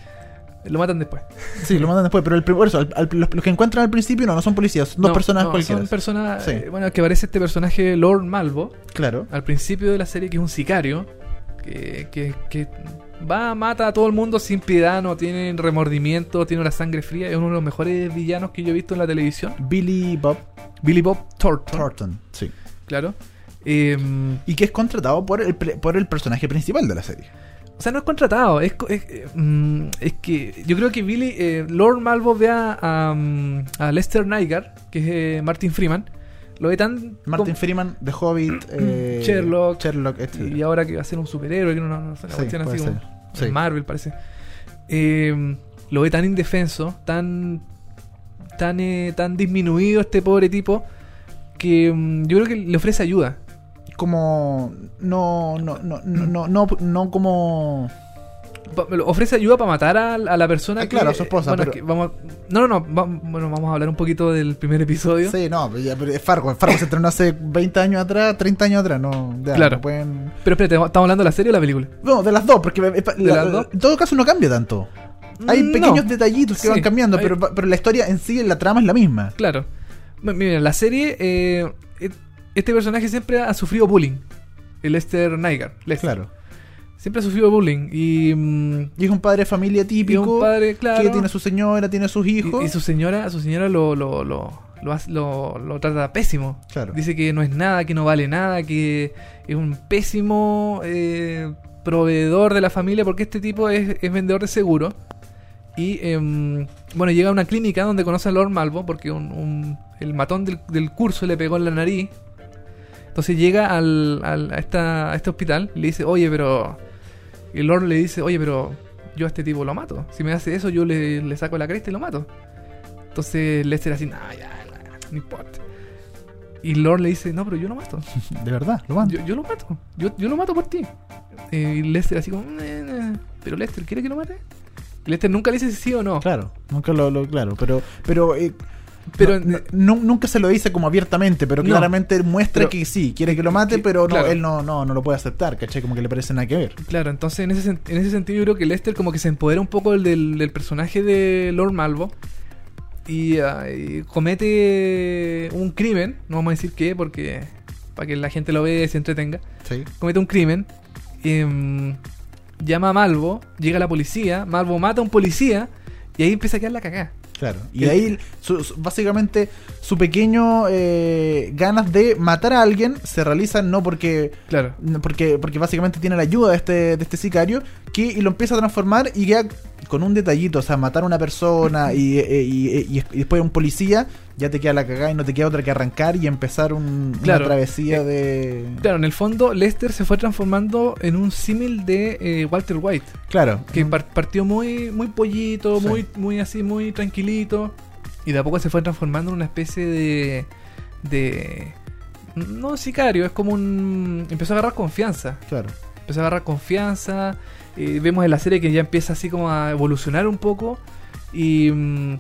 S3: lo matan después.
S2: Sí, lo mandan después, pero el, pri- por eso, al- al- los, los que encuentran al principio no, no son policías, son dos
S3: No,
S2: personas
S3: no,
S2: cualquiera.
S3: Son personas.
S2: Sí.
S3: eh, bueno, que aparece este personaje, Lord Malvo.
S2: Claro.
S3: al principio de la serie que es un sicario que, que- que va, mata a todo el mundo sin piedad, no tiene remordimiento, tiene la sangre fría, es uno de los mejores villanos que yo he visto en la televisión.
S2: Billy Bob
S3: Billy Bob Thornton,
S2: Thornton, sí.
S3: claro. Em,
S2: Y que es contratado por el, pre- por el personaje principal de la serie.
S3: o sea, no es contratado, es, co- es, eh, mm, es que yo creo que Billy, eh, Lord Malvo ve a, a, mm, a Lester Nygaard, que es eh, Martin Freeman, lo ve tan...
S2: Martin
S3: com-
S2: Freeman, The Hobbit, eh,
S3: Mm, Sherlock.
S2: Sherlock, etc.
S3: y ahora que va a ser un superhéroe, que no, no, no sé, una
S2: Sí,
S3: cuestión así
S2: puede
S3: como-
S2: ser. Sí.
S3: en Marvel parece. Eh, lo ve tan indefenso, tan tan eh, tan disminuido este pobre tipo que mm, yo creo que le ofrece ayuda.
S2: Como. No, no, no, no, no, no, no como.
S3: Pa- le ofrece ayuda para matar a, a la persona
S2: Ah,
S3: que
S2: claro, a su esposa,
S3: bueno,
S2: pero-
S3: que vamos no no no va- bueno vamos a hablar un poquito del primer episodio
S2: Sí, no, pero ya- pero es Fargo. Fargo se estrenó hace 20 años atrás, 30 años atrás. No, ya,
S3: Claro.
S2: no pueden-
S3: pero espérate estamos hablando de la serie o la película
S2: No, de las dos, porque eh, pa-
S3: ¿De
S2: la-
S3: las dos?
S2: en todo caso no cambia tanto. Hay
S3: Mm,
S2: pequeños
S3: no.
S2: detallitos que
S3: Sí,
S2: van cambiando,
S3: hay-
S2: pero, pero la historia en sí, la trama es la misma.
S3: claro M- mira la serie eh, et- este personaje siempre ha sufrido bullying el Lester Nygaard Lester.
S2: Claro.
S3: siempre ha sufrido bullying y mm,
S2: Y es un padre de familia
S3: y
S2: típico.
S3: un padre claro
S2: Que tiene su señora, tiene sus
S3: Y-
S2: hijos.
S3: Y, su señora, su señora lo, lo, lo, lo hace- lo- lo trata pésimo.
S2: Claro.
S3: Dice que no es nada, que no vale nada, que es un pésimo eh, proveedor de la familia, porque este tipo es, es vendedor de seguro. Y em, bueno, llega a una clínica donde conoce a Lord Malvo, porque un- un- el matón del, del curso le pegó en la nariz. Entonces llega al, al- a, esta, a este hospital y le dice, oye, pero... Y Lord le dice, oye, pero yo a este tipo lo mato. Si me hace eso, yo le, le saco la cresta y lo mato. Entonces Lester así, no, ya, ya, no importa. Y Lord le dice, no, pero yo lo mato.
S2: De verdad, lo mando.
S3: Yo, yo lo mato. Yo, yo lo mato por ti. Eh, y Lester así como, "Eh, eh, pero Lester, ¿quiere que lo mate? Y Lester nunca le dice si sí o no.
S2: Claro, nunca lo, lo- claro, pero pero eh,
S3: Pero
S2: no-
S3: eh,
S2: no- nunca se lo dice como abiertamente, pero
S3: No.
S2: claramente él muestra
S3: Pero-
S2: que sí, quiere que lo mate, pero no,
S3: claro.
S2: él no, no no lo puede aceptar, ¿cachai? Como que le parece nada que ver.
S3: Claro, entonces en ese, sen- en ese sentido yo creo que Lester como que se empodera un poco del, del, del personaje de Lord Malvo y, ah, y comete un crimen, no vamos a decir qué, porque para que la gente lo vea y se entretenga,
S2: Sí.
S3: comete un crimen, em, llama a Malvo, llega la policía, Malvo mata a un policía y ahí empieza a quedar la cagada.
S2: Claro.
S3: Eh,
S2: Y de ahí, su- su- básicamente, su pequeño eh, ganas de matar a alguien se realiza no porque.
S3: Claro.
S2: no Porque, porque básicamente tiene la ayuda de este, de este sicario que y lo empieza a transformar y queda con un detallito, o sea, matar a una persona y, eh, y- eh, y- y después un policía, ya te queda la cagada y no te queda otra que arrancar y empezar un- una
S3: Claro.
S2: travesía de...
S3: Claro, en el fondo Lester se fue transformando en un símil de eh, Walter White,
S2: Claro.
S3: que par- partió muy, muy pollito,
S2: Sí.
S3: muy, muy así, muy tranquilito, y de a poco se fue transformando en una especie de... de no sicario, es como un... empezó a agarrar confianza,
S2: Claro.
S3: empezó a agarrar confianza, eh, vemos en la serie que ya empieza así como a evolucionar un poco, y... mm,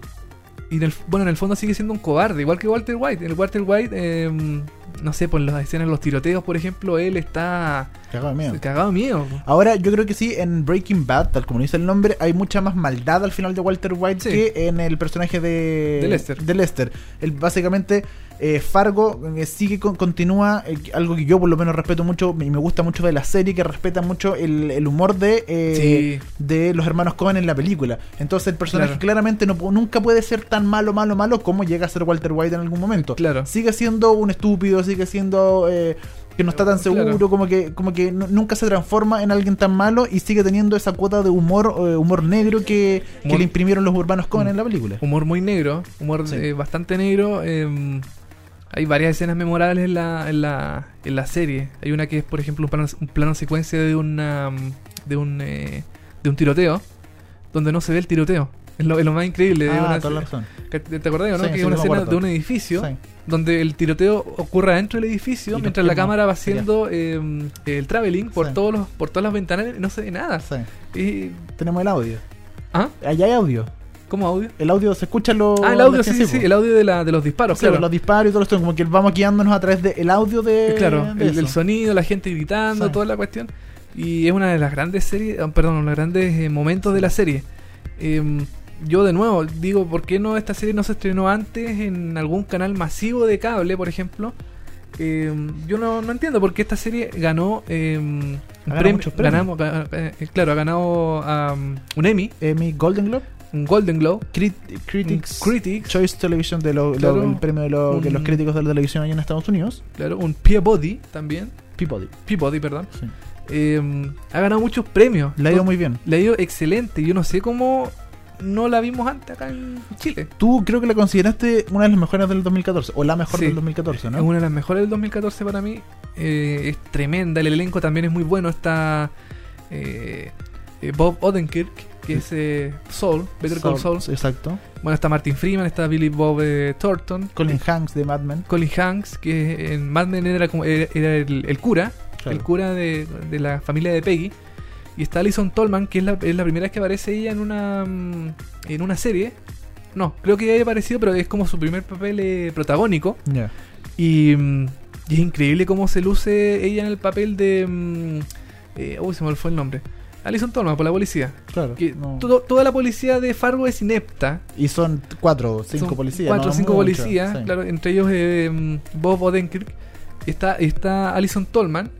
S3: y en el, bueno, en el fondo sigue siendo un cobarde, igual que Walter White. El Walter White, eh, no sé, por las escenas de los tiroteos, por ejemplo, él está
S2: Cagado de miedo.
S3: cagado mío.
S2: Ahora, yo creo que sí, en Breaking Bad, tal como dice el nombre, hay mucha más maldad al final de Walter White
S3: Sí.
S2: que en el personaje de,
S3: De Lester.
S2: Él, básicamente, eh, Fargo eh, sigue, con, continúa, eh, algo que yo por lo menos respeto mucho y me gusta mucho de la serie, que respeta mucho el, el humor de, eh, de los hermanos Cohen en la película. Entonces, el personaje
S3: Claro.
S2: claramente no, pu- nunca puede ser tan malo, malo, malo como llega a ser Walter White en algún momento.
S3: Claro.
S2: Sigue siendo un estúpido, sigue siendo... eh, que no está tan
S3: Claro.
S2: seguro, como que, como que nu- nunca se transforma en alguien tan malo y sigue teniendo esa cuota de humor, eh, humor negro que, que
S3: Humor-
S2: le imprimieron los urbanos con en la película.
S3: Humor muy negro, humor
S2: Sí.
S3: eh, bastante negro. eh, hay varias escenas memorables en la, en, la, en la serie. Hay una que es, por ejemplo, un plano, un plano secuencia de, una, mm, de, un, eh, de un tiroteo, donde no se ve el tiroteo. Es lo, es lo más increíble. de
S2: Ah,
S3: una-
S2: toda la razón.
S3: ¿Te te acordás, no?
S2: Sí,
S3: que
S2: sí,
S3: es una
S2: me
S3: escena
S2: acuerdo.
S3: de un edificio
S2: Sí.
S3: donde el tiroteo ocurre dentro del edificio
S2: Y
S3: mientras la
S2: nos vemos
S3: cámara va
S2: allá.
S3: haciendo eh, el traveling por
S2: Sí.
S3: todos los por todas las ventanas y no se ve nada.
S2: Sí.
S3: Y,
S2: Tenemos el audio.
S3: ¿Ah?
S2: Allá hay audio.
S3: ¿Cómo audio?
S2: El audio se escucha los.
S3: Ah, el audio, sí, sí, sí, el audio de, la, de los disparos, claro.
S2: Los disparos y todo esto, como que vamos guiándonos a través del audio de.
S3: claro,
S2: de
S3: el, el
S2: eso.
S3: sonido, la gente gritando,
S2: Eh, Sí.
S3: toda la cuestión. Y es una de las grandes series, ah, perdón, los grandes eh, momentos de la serie. Em, yo de nuevo digo, ¿por qué no esta serie no se estrenó antes en algún canal masivo de cable, por ejemplo? Em, yo no, no entiendo por qué esta serie ganó em, un
S2: ganado
S3: premio-
S2: muchos premios.
S3: ganamos- ga- eh, claro, ha ganado am, un Emmy,
S2: Emmy Eh, Golden Globe,
S3: un Golden Globe,
S2: Crit- Critics,
S3: un Mm, Critics,
S2: Choice Television, de lo- lo-
S3: Claro. Mm.
S2: el premio de, lo- que
S3: Un-
S2: los críticos de la televisión hay en Estados Unidos.
S3: claro, un Peabody también,
S2: Peabody.
S3: Peabody, perdón.
S2: Sí.
S3: Em, ha ganado muchos premios.
S2: Le ha ido muy bien.
S3: Le ha ido excelente. Yo no sé cómo no la vimos antes acá en Chile.
S2: Tú creo que la consideraste una de las mejores del 2014, o la mejor
S3: Sí.
S2: del 2014,
S3: Es
S2: ¿no?
S3: una de las mejores del 2014 para mí. Eh, es tremenda. El elenco también es muy bueno. Está eh, eh, Bob Odenkirk, que es eh, Saul, Better Call Saul. Eh,
S2: Exacto.
S3: Bueno, está Martin Freeman, está Billy Bob eh, Thornton.
S2: Colin Hanks de Mad Men.
S3: Colin Hanks, que en Mad Men era, como- era- era el, el cura,
S2: Claro.
S3: el cura de, de la familia de Peggy. Y está Alison Tolman, que es la, es la primera vez que aparece ella en una, mm, en una serie. No, creo que ya había aparecido, pero es como su primer papel eh, protagónico.
S2: Ya.
S3: Y, mm, y es increíble cómo se luce ella en el papel de... mm, eh, uy, se me fue el nombre. Alison Tolman, por la policía.
S2: Claro.
S3: Que
S2: no.
S3: todo- toda la policía de Fargo es inepta.
S2: Y son cuatro o cinco
S3: Son
S2: policías.
S3: Cuatro o
S2: ¿no?
S3: cinco
S2: Mucho,
S3: policías,
S2: sí.
S3: claro, entre ellos eh, mm, Bob Odenkirk. Está, está Alison Tolman,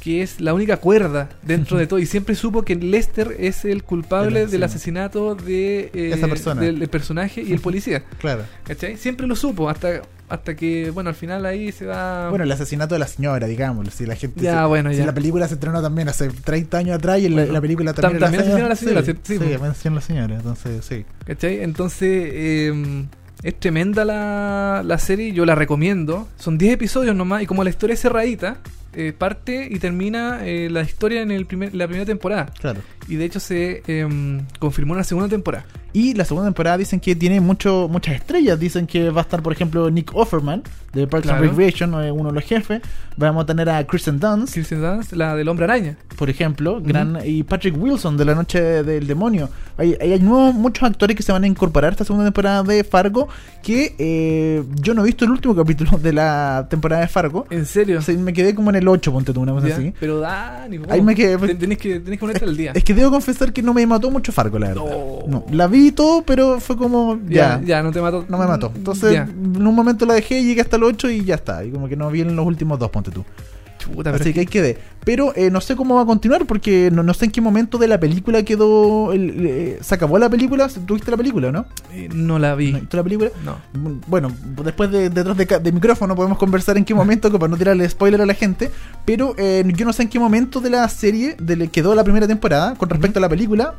S3: que es la única cuerda dentro de todo. Y siempre supo que Lester es el culpable
S2: Del
S3: del asesinato de, eh,
S2: Esa persona.
S3: del, del personaje y el policía.
S2: Claro.
S3: ¿Cachai? Siempre lo supo, hasta, hasta que, bueno, al final ahí se va.
S2: Bueno, el asesinato de la señora, digamos. Si la gente.
S3: Ah. Ya,
S2: si-
S3: bueno,
S2: si
S3: ya.
S2: la película se estrenó también hace 30 años atrás y en la-
S3: Bueno,
S2: la película
S3: tam-
S2: también. era
S3: también asesinaron a la señora,
S2: Sí, sí,
S3: sí, sí.
S2: asesinaron a la señora. Entonces, sí.
S3: ¿Cachai? Entonces, eh, es tremenda la, la serie, yo la recomiendo. Son 10 episodios nomás, y como la historia es cerradita, eh, parte y termina eh, la historia en el primer, la primera temporada.
S2: Claro.
S3: Y de hecho se eh, confirmó una segunda temporada.
S2: Y la segunda temporada dicen que tiene mucho, muchas estrellas. Dicen que va a estar, por ejemplo, Nick Offerman de Parks
S3: Claro.
S2: and Recreation, eh, uno de los jefes. Vamos a tener a Kristen Dunst,
S3: Kirsten Dunst, la del hombre araña.
S2: por ejemplo, gran, y Patrick Wilson de La Noche del Demonio. Hay, hay nuevos, muchos actores que se van a incorporar a esta segunda temporada de Fargo. Que eh, yo no he visto el último capítulo de la temporada de Fargo.
S3: ¿En serio?
S2: O sea, me quedé como en el 8, ponte tú, una cosa
S3: Ya,
S2: así.
S3: Pero Dani,
S2: Ahí me quedé- pues.
S3: tenés que, tenés que ponerte al día.
S2: Es que debo confesar que no me mató mucho Fargo, la verdad.
S3: No.
S2: No, la vi vi y todo, pero fue como,
S3: Ya,
S2: ya,
S3: ya, no te mató.
S2: no me mató. Entonces,
S3: Ya.
S2: en un momento la dejé, llegué hasta el 8 y ya está. Y como que no vienen los últimos dos, ponte tú.
S3: Chuta, pero
S2: Así
S3: es
S2: que ahí quedé. Pero eh, no sé cómo va a continuar porque no, no sé en qué momento de la película quedó. el- el- eh, se acabó la película. ¿Tuviste la película, no?
S3: que, eh, no la vi.
S2: ¿No viste la película?
S3: No.
S2: Bueno, después de detrás de, ca- de micrófono podemos conversar en qué momento, que para no tirarle spoiler a la gente, pero eh, yo no sé en qué momento de la serie de le quedó la primera temporada con respecto a la película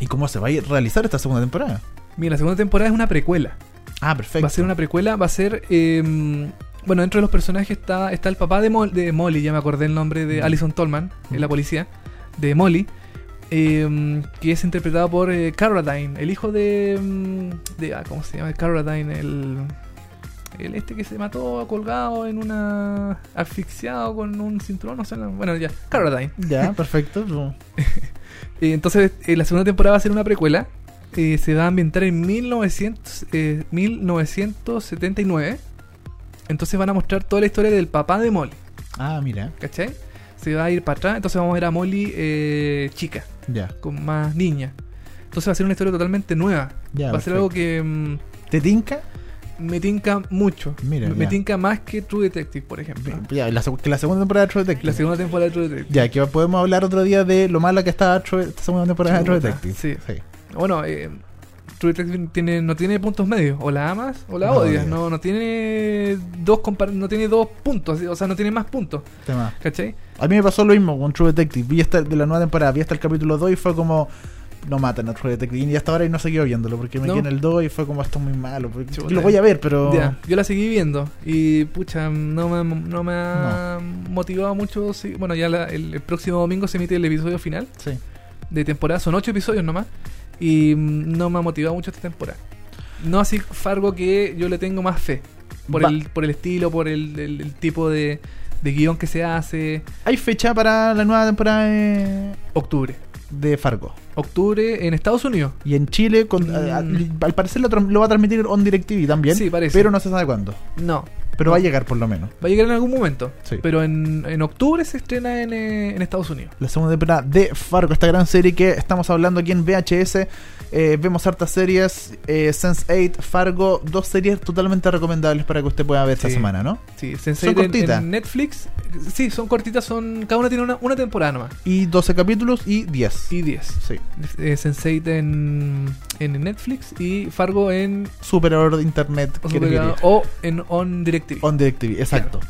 S2: y cómo se va a ir- realizar esta segunda temporada.
S3: Mira, la segunda temporada es una precuela.
S2: Ah, perfecto.
S3: Va a ser una precuela, va a ser. eh, bueno, dentro de los personajes está, está el papá de, Mol- de Molly, ya me acordé el nombre de Alison Tolman, eh, la policía, de Molly, eh, que es interpretado por eh, Caroline, el hijo de. mm, de ah, ¿Cómo se llama? Caroline, el. El este que se mató colgado en una. asfixiado con un cinturón, no sé. la- Bueno, ya, Caroline.
S2: Ya, perfecto. No.
S3: Eh, entonces, eh, la segunda temporada va a ser una precuela. Eh, se va a ambientar en 1900, eh, 1979. Entonces van a mostrar toda la historia del papá de Molly,
S2: Ah, mira,
S3: ¿cachai? Se va a ir para atrás, entonces vamos a ver a Molly eh, chica,
S2: ya.
S3: con más niña. Entonces va a ser una historia totalmente nueva.
S2: Ya,
S3: va a ser
S2: perfecto.
S3: algo que mm,
S2: ¿Te tinca?
S3: me tinca mucho.
S2: Mira,
S3: me
S2: ya.
S3: tinca más que True Detective, por ejemplo.
S2: Ya, la, seg- que la segunda temporada de True Detective.
S3: La segunda temporada de True Detective.
S2: Ya, que podemos hablar otro día de lo mala que está True- esta segunda temporada de True
S3: Chuta,
S2: Detective.
S3: sí. Bueno, eh, True Detective tiene, no tiene puntos medios. O la amas o la
S2: No,
S3: odias.
S2: odias.
S3: No, no tiene dos compar- no tiene dos puntos. O sea, no tiene más puntos.
S2: Tema.
S3: ¿Cachai?
S2: A mí me pasó lo mismo con True Detective. Vi hasta de la nueva temporada, vi hasta el capítulo 2 y fue como. No matan a True Detective. Y hasta ahora y no seguí viéndolo porque me
S3: No.
S2: quedé en el 2 y fue como esto es muy malo. porque-
S3: Chuta.
S2: Lo voy a ver, pero.
S3: Ya, yo la seguí viendo. Y pucha, no me, no me ha motivado mucho. sí. Bueno, ya la- el, el próximo domingo se emite el episodio final
S2: Sí.
S3: de temporada. Son ocho episodios nomás. Y mm, no me ha motivado mucho esta temporada. No así Fargo que yo le tengo más fe. Por,
S2: Va.
S3: el, por el estilo, por el, el- el tipo de, de guión que se hace.
S2: Hay fecha para la nueva temporada de,
S3: Octubre.
S2: de Fargo.
S3: octubre en Estados Unidos.
S2: Y en Chile, con- a- a-
S3: Mm.
S2: al parecer lo, tra- lo va a transmitir on DirecTV también.
S3: Sí, parece.
S2: Pero no se sabe cuándo.
S3: No.
S2: Pero va a llegar por lo menos.
S3: Va a llegar en algún momento.
S2: Sí.
S3: Pero en, en octubre se estrena en, eh, en Estados Unidos.
S2: La segunda temporada de Fargo, esta gran serie que estamos hablando aquí en VHS. Eh, vemos hartas series, eh, Sense8, Fargo, dos series totalmente recomendables para que usted pueda ver
S3: Sí.
S2: esta semana, ¿no?
S3: Sí,
S2: Son cortitas.
S3: En, Netflix. Sí, son cortitas. son Cada una tiene una, una temporada nomás.
S2: Y 12 capítulos y 10.
S3: Y 10.
S2: Sí.
S3: Eh, Sense8 en, en Netflix y Fargo en...
S2: Superador de internet
S3: O,
S2: que te quería.
S3: o en On DirecTV.
S2: On DirecTV, exacto.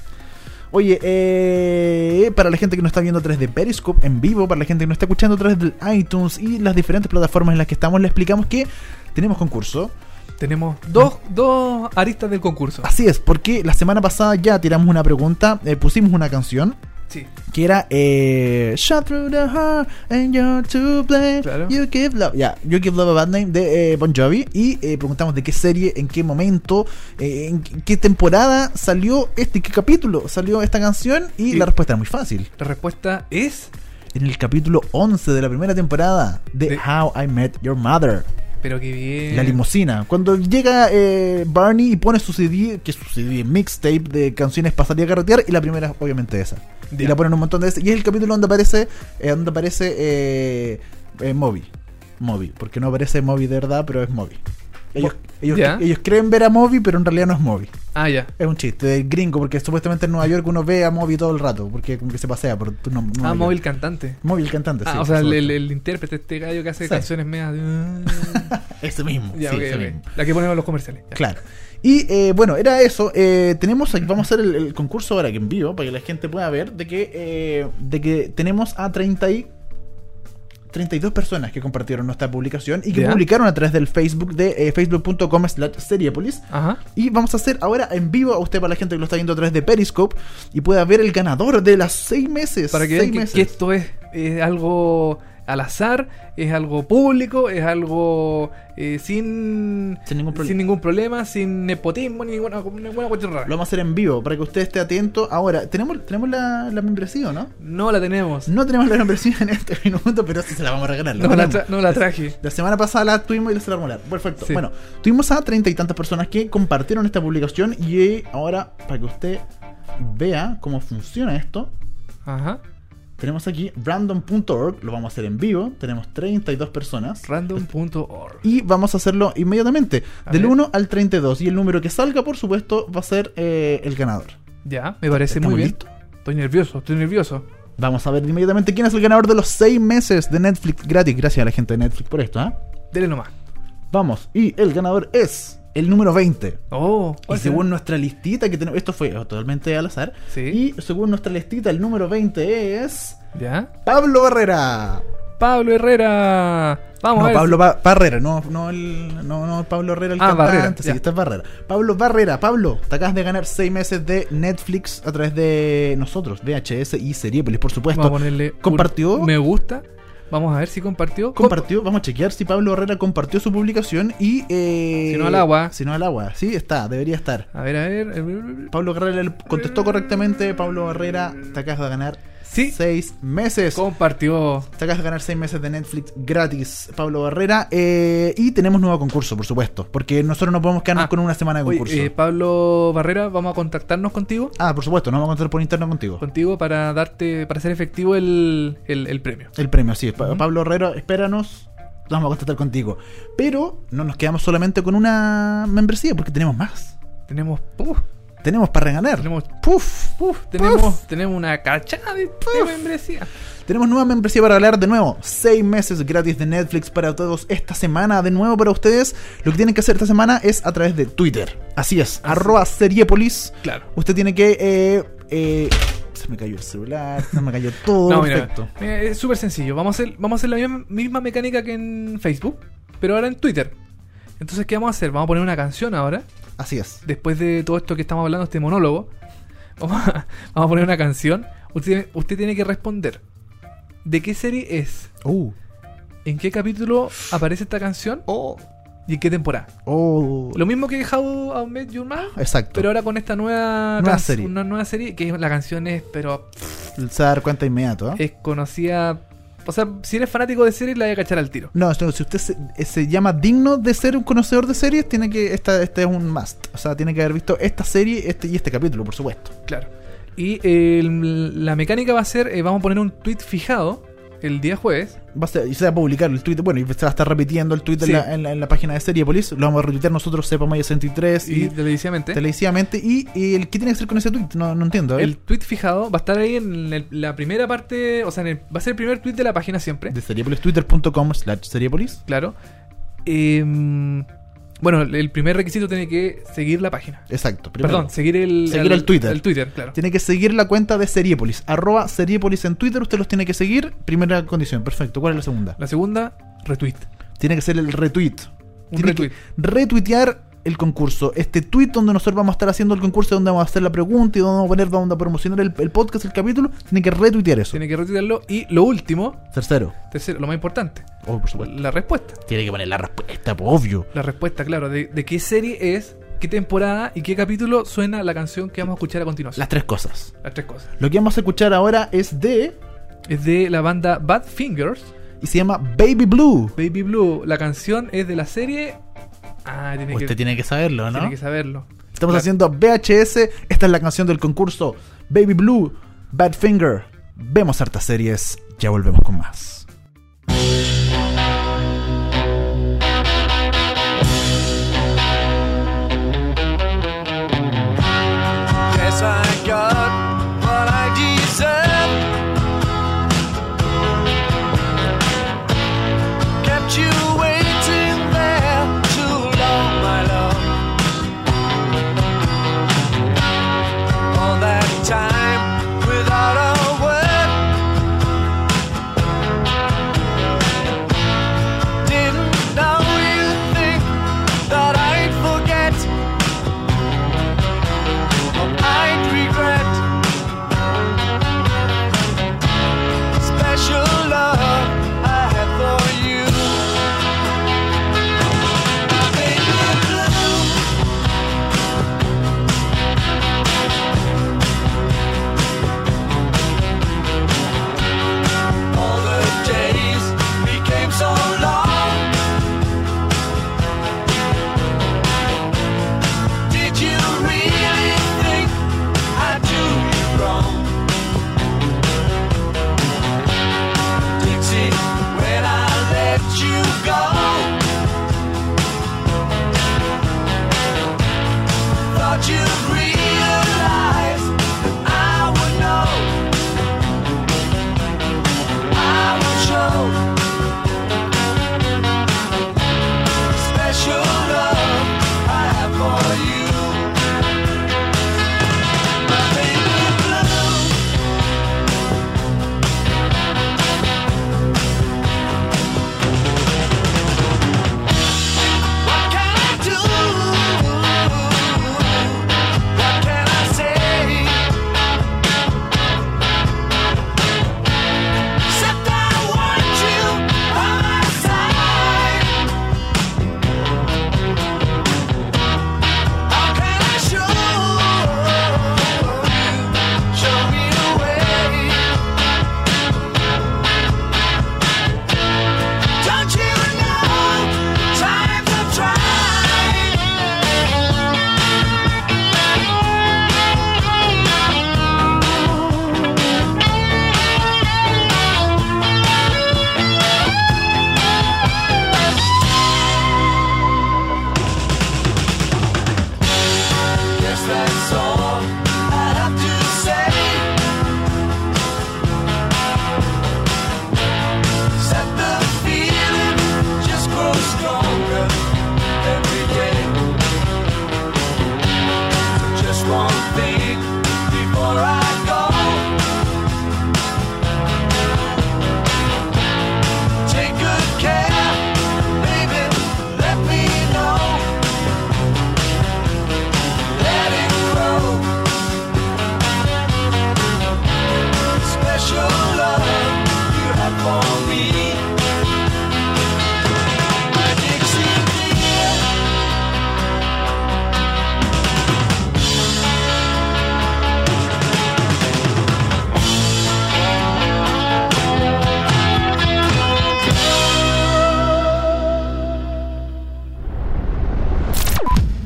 S2: Oye, eh, para la gente que no está viendo a través de Periscope en vivo, para la gente que no está escuchando a través del iTunes y las diferentes plataformas en las que estamos, le explicamos que tenemos concurso.
S3: Tenemos dos, dos aristas del concurso.
S2: Así es, porque la semana pasada ya tiramos una pregunta, eh, pusimos una canción.
S3: Sí.
S2: que era eh, Shot through the heart and you're to blame.
S3: Claro.
S2: You give love, ya, You give love a bad name de eh, Bon Jovi y eh, preguntamos de qué serie, en qué momento, eh, en qué temporada salió este, qué capítulo salió esta canción y
S3: Sí.
S2: la respuesta era muy fácil.
S3: La respuesta es...
S2: En el capítulo 11 de la primera temporada de,
S3: De-
S2: How I Met Your Mother,
S3: Pero que bien.
S2: la limusina. Cuando llega eh, Barney y pone su CD, que es su CD mixtape de canciones pasaría a carretear y la primera obviamente esa.
S3: Ya.
S2: Y la ponen un montón de veces. Y es el capítulo donde aparece. eh, donde aparece. Eh, eh, Moby. Moby. Porque no aparece Moby de verdad, pero es Moby. Ellos, ellos,
S3: Ya.
S2: ellos creen ver a Moby, pero en realidad no es Moby.
S3: Ah, ya.
S2: Es un chiste del gringo, porque supuestamente en Nueva York uno ve a Moby todo el rato, porque como que se pasea por tu- no- Nueva
S3: Ah,
S2: York.
S3: móvil cantante.
S2: Moby el cantante,
S3: Ah,
S2: sí,
S3: o sea,
S2: por
S3: el,
S2: supuesto.
S3: el- el intérprete, este gallo que hace
S2: Sí.
S3: canciones medias. de-
S2: Ese Este mismo.
S3: Ya,
S2: sí,
S3: ok,
S2: ese
S3: ok.
S2: mismo.
S3: La que ponemos en los comerciales. ya.
S2: Claro. Y eh, bueno, era eso. Eh, tenemos aquí- vamos a hacer el, el concurso ahora que en vivo para que la gente pueda ver de que, eh, de que tenemos a 30 y 32 personas que compartieron nuestra publicación y que
S3: Ya.
S2: publicaron a través del Facebook de eh, facebook.com slash seriepolis.
S3: Ajá.
S2: Y vamos a hacer ahora en vivo a usted para la gente que lo está viendo a través de Periscope y pueda ver el ganador de las 6 meses.
S3: Para
S2: seis
S3: que vean que,
S2: meses.
S3: que esto es, es algo al azar, es algo público, es algo eh, sin,
S2: Sin ningún problema.
S3: sin ningún problema, sin nepotismo, ni ninguna, ninguna cuestión rara.
S2: Lo vamos a hacer en vivo para que usted esté atento. Ahora, tenemos, tenemos la, la membresía, ¿o ¿no?
S3: No la tenemos.
S2: No tenemos la membresía en este minuto, pero sí se la vamos a regalar. la
S3: No, la,
S2: tenemos.
S3: tra- no la traje.
S2: La semana pasada la tuvimos y la se la vamos a hablar. Perfecto.
S3: Sí.
S2: Bueno, tuvimos a treinta y tantas personas que compartieron esta publicación y eh, ahora, para que usted vea cómo funciona esto,
S3: Ajá.
S2: Tenemos aquí random.org, lo vamos a hacer en vivo. Tenemos 32 personas.
S3: Random.org.
S2: Y vamos a hacerlo inmediatamente,
S3: A
S2: del
S3: ver.
S2: 1 al 32. Y el número que salga, por supuesto, va a ser eh, el ganador.
S3: Ya, me parece muy
S2: ¿Estamos
S3: bien.
S2: listos?
S3: Estoy nervioso, estoy nervioso.
S2: Vamos a ver inmediatamente quién es el ganador de los 6 meses de Netflix gratis. Gracias a la gente de Netflix por esto, ¿ah?
S3: Dele nomás.
S2: Vamos, y el ganador es el número 20.
S3: Oh,
S2: Y
S3: ¿cuál será?
S2: según nuestra listita que tenemos, esto fue totalmente al azar.
S3: Sí.
S2: Y según nuestra listita, el número 20 es
S3: ¿Ya?
S2: Pablo Barrera.
S3: Pablo Herrera. Vamos a
S2: no,
S3: ver.
S2: Pablo Ba- Barrera, no, no, el, no, no Pablo Herrera, el
S3: Ah,
S2: cantante.
S3: Barrera,
S2: sí,
S3: ya.
S2: este es Barrera. Pablo Barrera, Pablo, te acabas de ganar 6 meses de Netflix a través de nosotros, VHS y Seriepolis, por supuesto.
S3: Vamos a ponerle. un
S2: ¿Compartió?
S3: Me gusta. Vamos a ver si compartió.
S2: compartió, vamos a chequear si Pablo Herrera compartió su publicación y... eh,
S3: Si no al agua.
S2: Si no al agua, sí, está, debería estar.
S3: A ver, a ver.
S2: Pablo Herrera le contestó correctamente, Pablo Herrera, te acabas de ganar
S3: Sí,
S2: 6 meses.
S3: compartió.
S2: Te acabas de ganar 6 meses de Netflix gratis, Pablo Barrera. eh, y tenemos nuevo concurso, por supuesto. Porque nosotros no podemos quedarnos
S3: Ah,
S2: con una semana de
S3: Oye,
S2: concurso.
S3: eh, Pablo Barrera, vamos a contactarnos contigo.
S2: ah, por supuesto, nos vamos a contar por interno contigo.
S3: Contigo para darte, para hacer efectivo el, el- el premio.
S2: El premio, sí. Pa-
S3: Ujú.
S2: Pablo Herrera, espéranos. nos Vamos a contactar contigo. Pero no nos quedamos solamente con una membresía, porque tenemos más.
S3: Tenemos. puf,
S2: Tenemos para regalar.
S3: tenemos.
S2: Puf, puf,
S3: Tenemos,
S2: puf.
S3: tenemos una cachada de, de membresía.
S2: Tenemos nueva membresía para regalar de nuevo. Seis meses gratis de Netflix para todos esta semana. De nuevo para ustedes. Lo que tienen que hacer esta semana es a través de Twitter. Así es. Arroba Seriepolis.
S3: Claro.
S2: Usted tiene que... eh, eh, se me cayó el celular. Se me cayó todo.
S3: No, mira,
S2: perfecto.
S3: mira, es súper sencillo. Vamos a hacer, vamos a hacer la misma, misma mecánica que en Facebook, pero ahora en Twitter. Entonces, ¿qué vamos a hacer? Vamos a poner una canción ahora,
S2: Así es.
S3: después de todo esto que estamos hablando, este monólogo. Vamos a, vamos a poner una canción. Usted, usted tiene que responder. ¿De qué serie es?
S2: Uh.
S3: ¿En qué capítulo aparece esta canción?
S2: Oh.
S3: ¿Y en qué temporada?
S2: Oh.
S3: Lo mismo que How I Met Your Mother,
S2: Exacto.
S3: pero ahora con esta nueva,
S2: Nueva
S3: can-
S2: serie.
S3: Una nueva serie, que la canción es, pero
S2: Se va a dar cuenta inmediato. ¿eh?
S3: es conocida... O sea, si eres fanático de series, la voy a cachar al tiro.
S2: No, no, si usted se, eh, se llama digno de ser un conocedor de series, tiene que. Esta, este es un must. O sea, tiene que haber visto esta serie este, y este capítulo, por supuesto.
S3: Claro. Y eh, la mecánica va a ser, eh, vamos a poner un tweet fijado el día jueves.
S2: Va a ser- y se va a publicar el tweet, bueno, y se va a estar repitiendo el tweet
S3: Sí.
S2: en, la, en la- en la página de Seriepolis. Lo vamos a retuitear nosotros, sepamos 63
S3: Y,
S2: y,
S3: televisivamente.
S2: televisivamente. Y, y el qué tiene que hacer con ese tweet, no, no entiendo. a ver.
S3: El tweet fijado va a estar ahí en el- la primera parte, o sea, en el- va a ser el primer tweet de la página siempre.
S2: de Seriepolis, twitter.com slash Seriepolis.
S3: Claro. Eh, bueno, el primer requisito tiene que seguir la página.
S2: Exacto, primero.
S3: Perdón, seguir el,
S2: Seguir el Twitter.
S3: El Twitter, claro.
S2: Tiene que seguir la cuenta de Seriepolis, arroba Seriepolis en Twitter, usted los tiene que seguir. Primera condición, perfecto. ¿Cuál es la segunda?
S3: La segunda, retweet.
S2: Tiene que ser el retweet.
S3: Un
S2: Tiene
S3: retweet.
S2: que retuitear el concurso. Este tweet donde nosotros vamos a estar haciendo el concurso, donde vamos a hacer la pregunta y donde vamos a poner, vamos a promocionar el, el podcast, el capítulo, tiene que retuitear eso.
S3: Tiene que retuitearlo. Y lo último,
S2: Tercero.
S3: tercero, lo más importante,
S2: Oh, por supuesto.
S3: la respuesta.
S2: Tiene que poner la respuesta, pues, obvio.
S3: La respuesta, claro, de, de qué serie es, qué temporada y qué capítulo suena la canción que vamos a escuchar a continuación.
S2: Las tres cosas.
S3: Las, tres cosas.
S2: Lo que vamos a escuchar ahora es de.
S3: Es de la banda Bad Fingers,
S2: Y se llama Baby Blue.
S3: Baby Blue. La canción es de la serie. Ah, tiene, que,
S2: tiene que saberlo,
S3: tiene que saberlo.
S2: Estamos
S3: Claro.
S2: haciendo VHS. Esta es la canción del concurso. Baby Blue, Bad Finger. Vemos hartas series. Ya volvemos con más.
S6: Guess I got what I deserve. Kept you waiting there too long, my love. All that time without a word.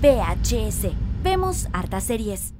S1: VHS. Vemos hartas series.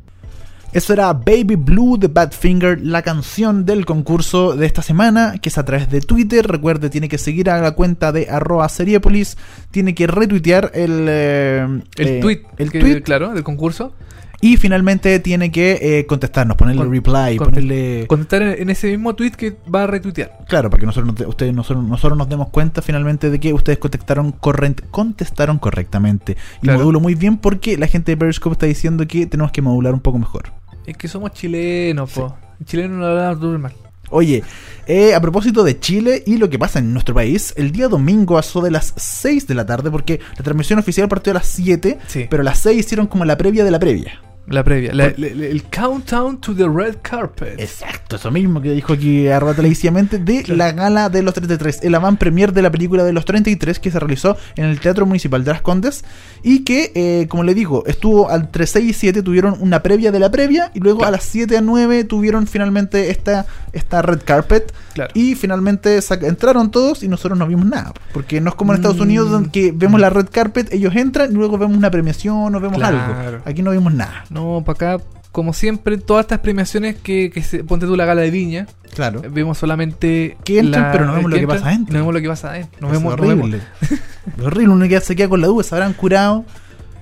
S2: Eso era Baby Blue de Badfinger, la canción del concurso de esta semana, que es a través de Twitter. Recuerde, tiene que seguir a la cuenta de arroba seriepolis, tiene que retuitear el, eh,
S3: El
S2: eh,
S3: tweet,
S2: el
S3: que-
S2: tweet
S3: claro, del concurso.
S2: y finalmente tiene que eh, contestarnos, ponerle
S3: Con-
S2: reply,
S3: con-
S2: ponerle...
S3: Contestar en en ese mismo tweet que va a retuitear.
S2: Claro, para que nosotros, nos de- ustedes, nosotros, nosotros nos demos cuenta finalmente de que ustedes contestaron, corren- contestaron correctamente. Y
S3: Claro.
S2: modulo muy bien porque la gente de Periscope está diciendo que tenemos que modular un poco mejor.
S3: Es que somos chilenos, po. Chilenos no hablan normal.
S2: Oye, eh, a propósito de Chile y lo que pasa en nuestro país, el día domingo a eso de las 6 de la tarde, porque la transmisión oficial partió a las 7,
S3: Sí.
S2: pero a las 6 hicieron como la previa de la previa.
S3: La previa. la- la- la- el countdown to the red carpet.
S2: Exacto, eso mismo que dijo aquí arroba televisivamente de
S3: Claro.
S2: la gala de los 33, el avant premier de la película de los 33 que se realizó en el Teatro Municipal de Las Condes y que, eh, como le digo, estuvo entre 6 y 7 tuvieron una previa de la previa y luego
S3: Claro.
S2: a las 7 a 9 tuvieron finalmente esta, esta red carpet
S3: Claro.
S2: y finalmente sac- entraron todos y nosotros no vimos nada, porque no es como en Estados
S3: Mm.
S2: Unidos donde que vemos la red carpet, ellos entran y luego vemos una premiación o vemos
S3: Claro.
S2: algo. Aquí no vimos nada.
S3: No, para acá, como siempre, todas estas premiaciones que, que se, ponte tú la gala de Viña,
S2: Claro.
S3: vemos solamente.
S2: Que entran,
S3: la-
S2: pero no vemos lo que
S3: entran,
S2: pasa adentro.
S3: No vemos lo que pasa adentro. No
S2: Es
S3: vemos, no
S2: horrible.
S3: vemos.
S2: Es horrible, uno queda, se queda con la duda, se habrán curado.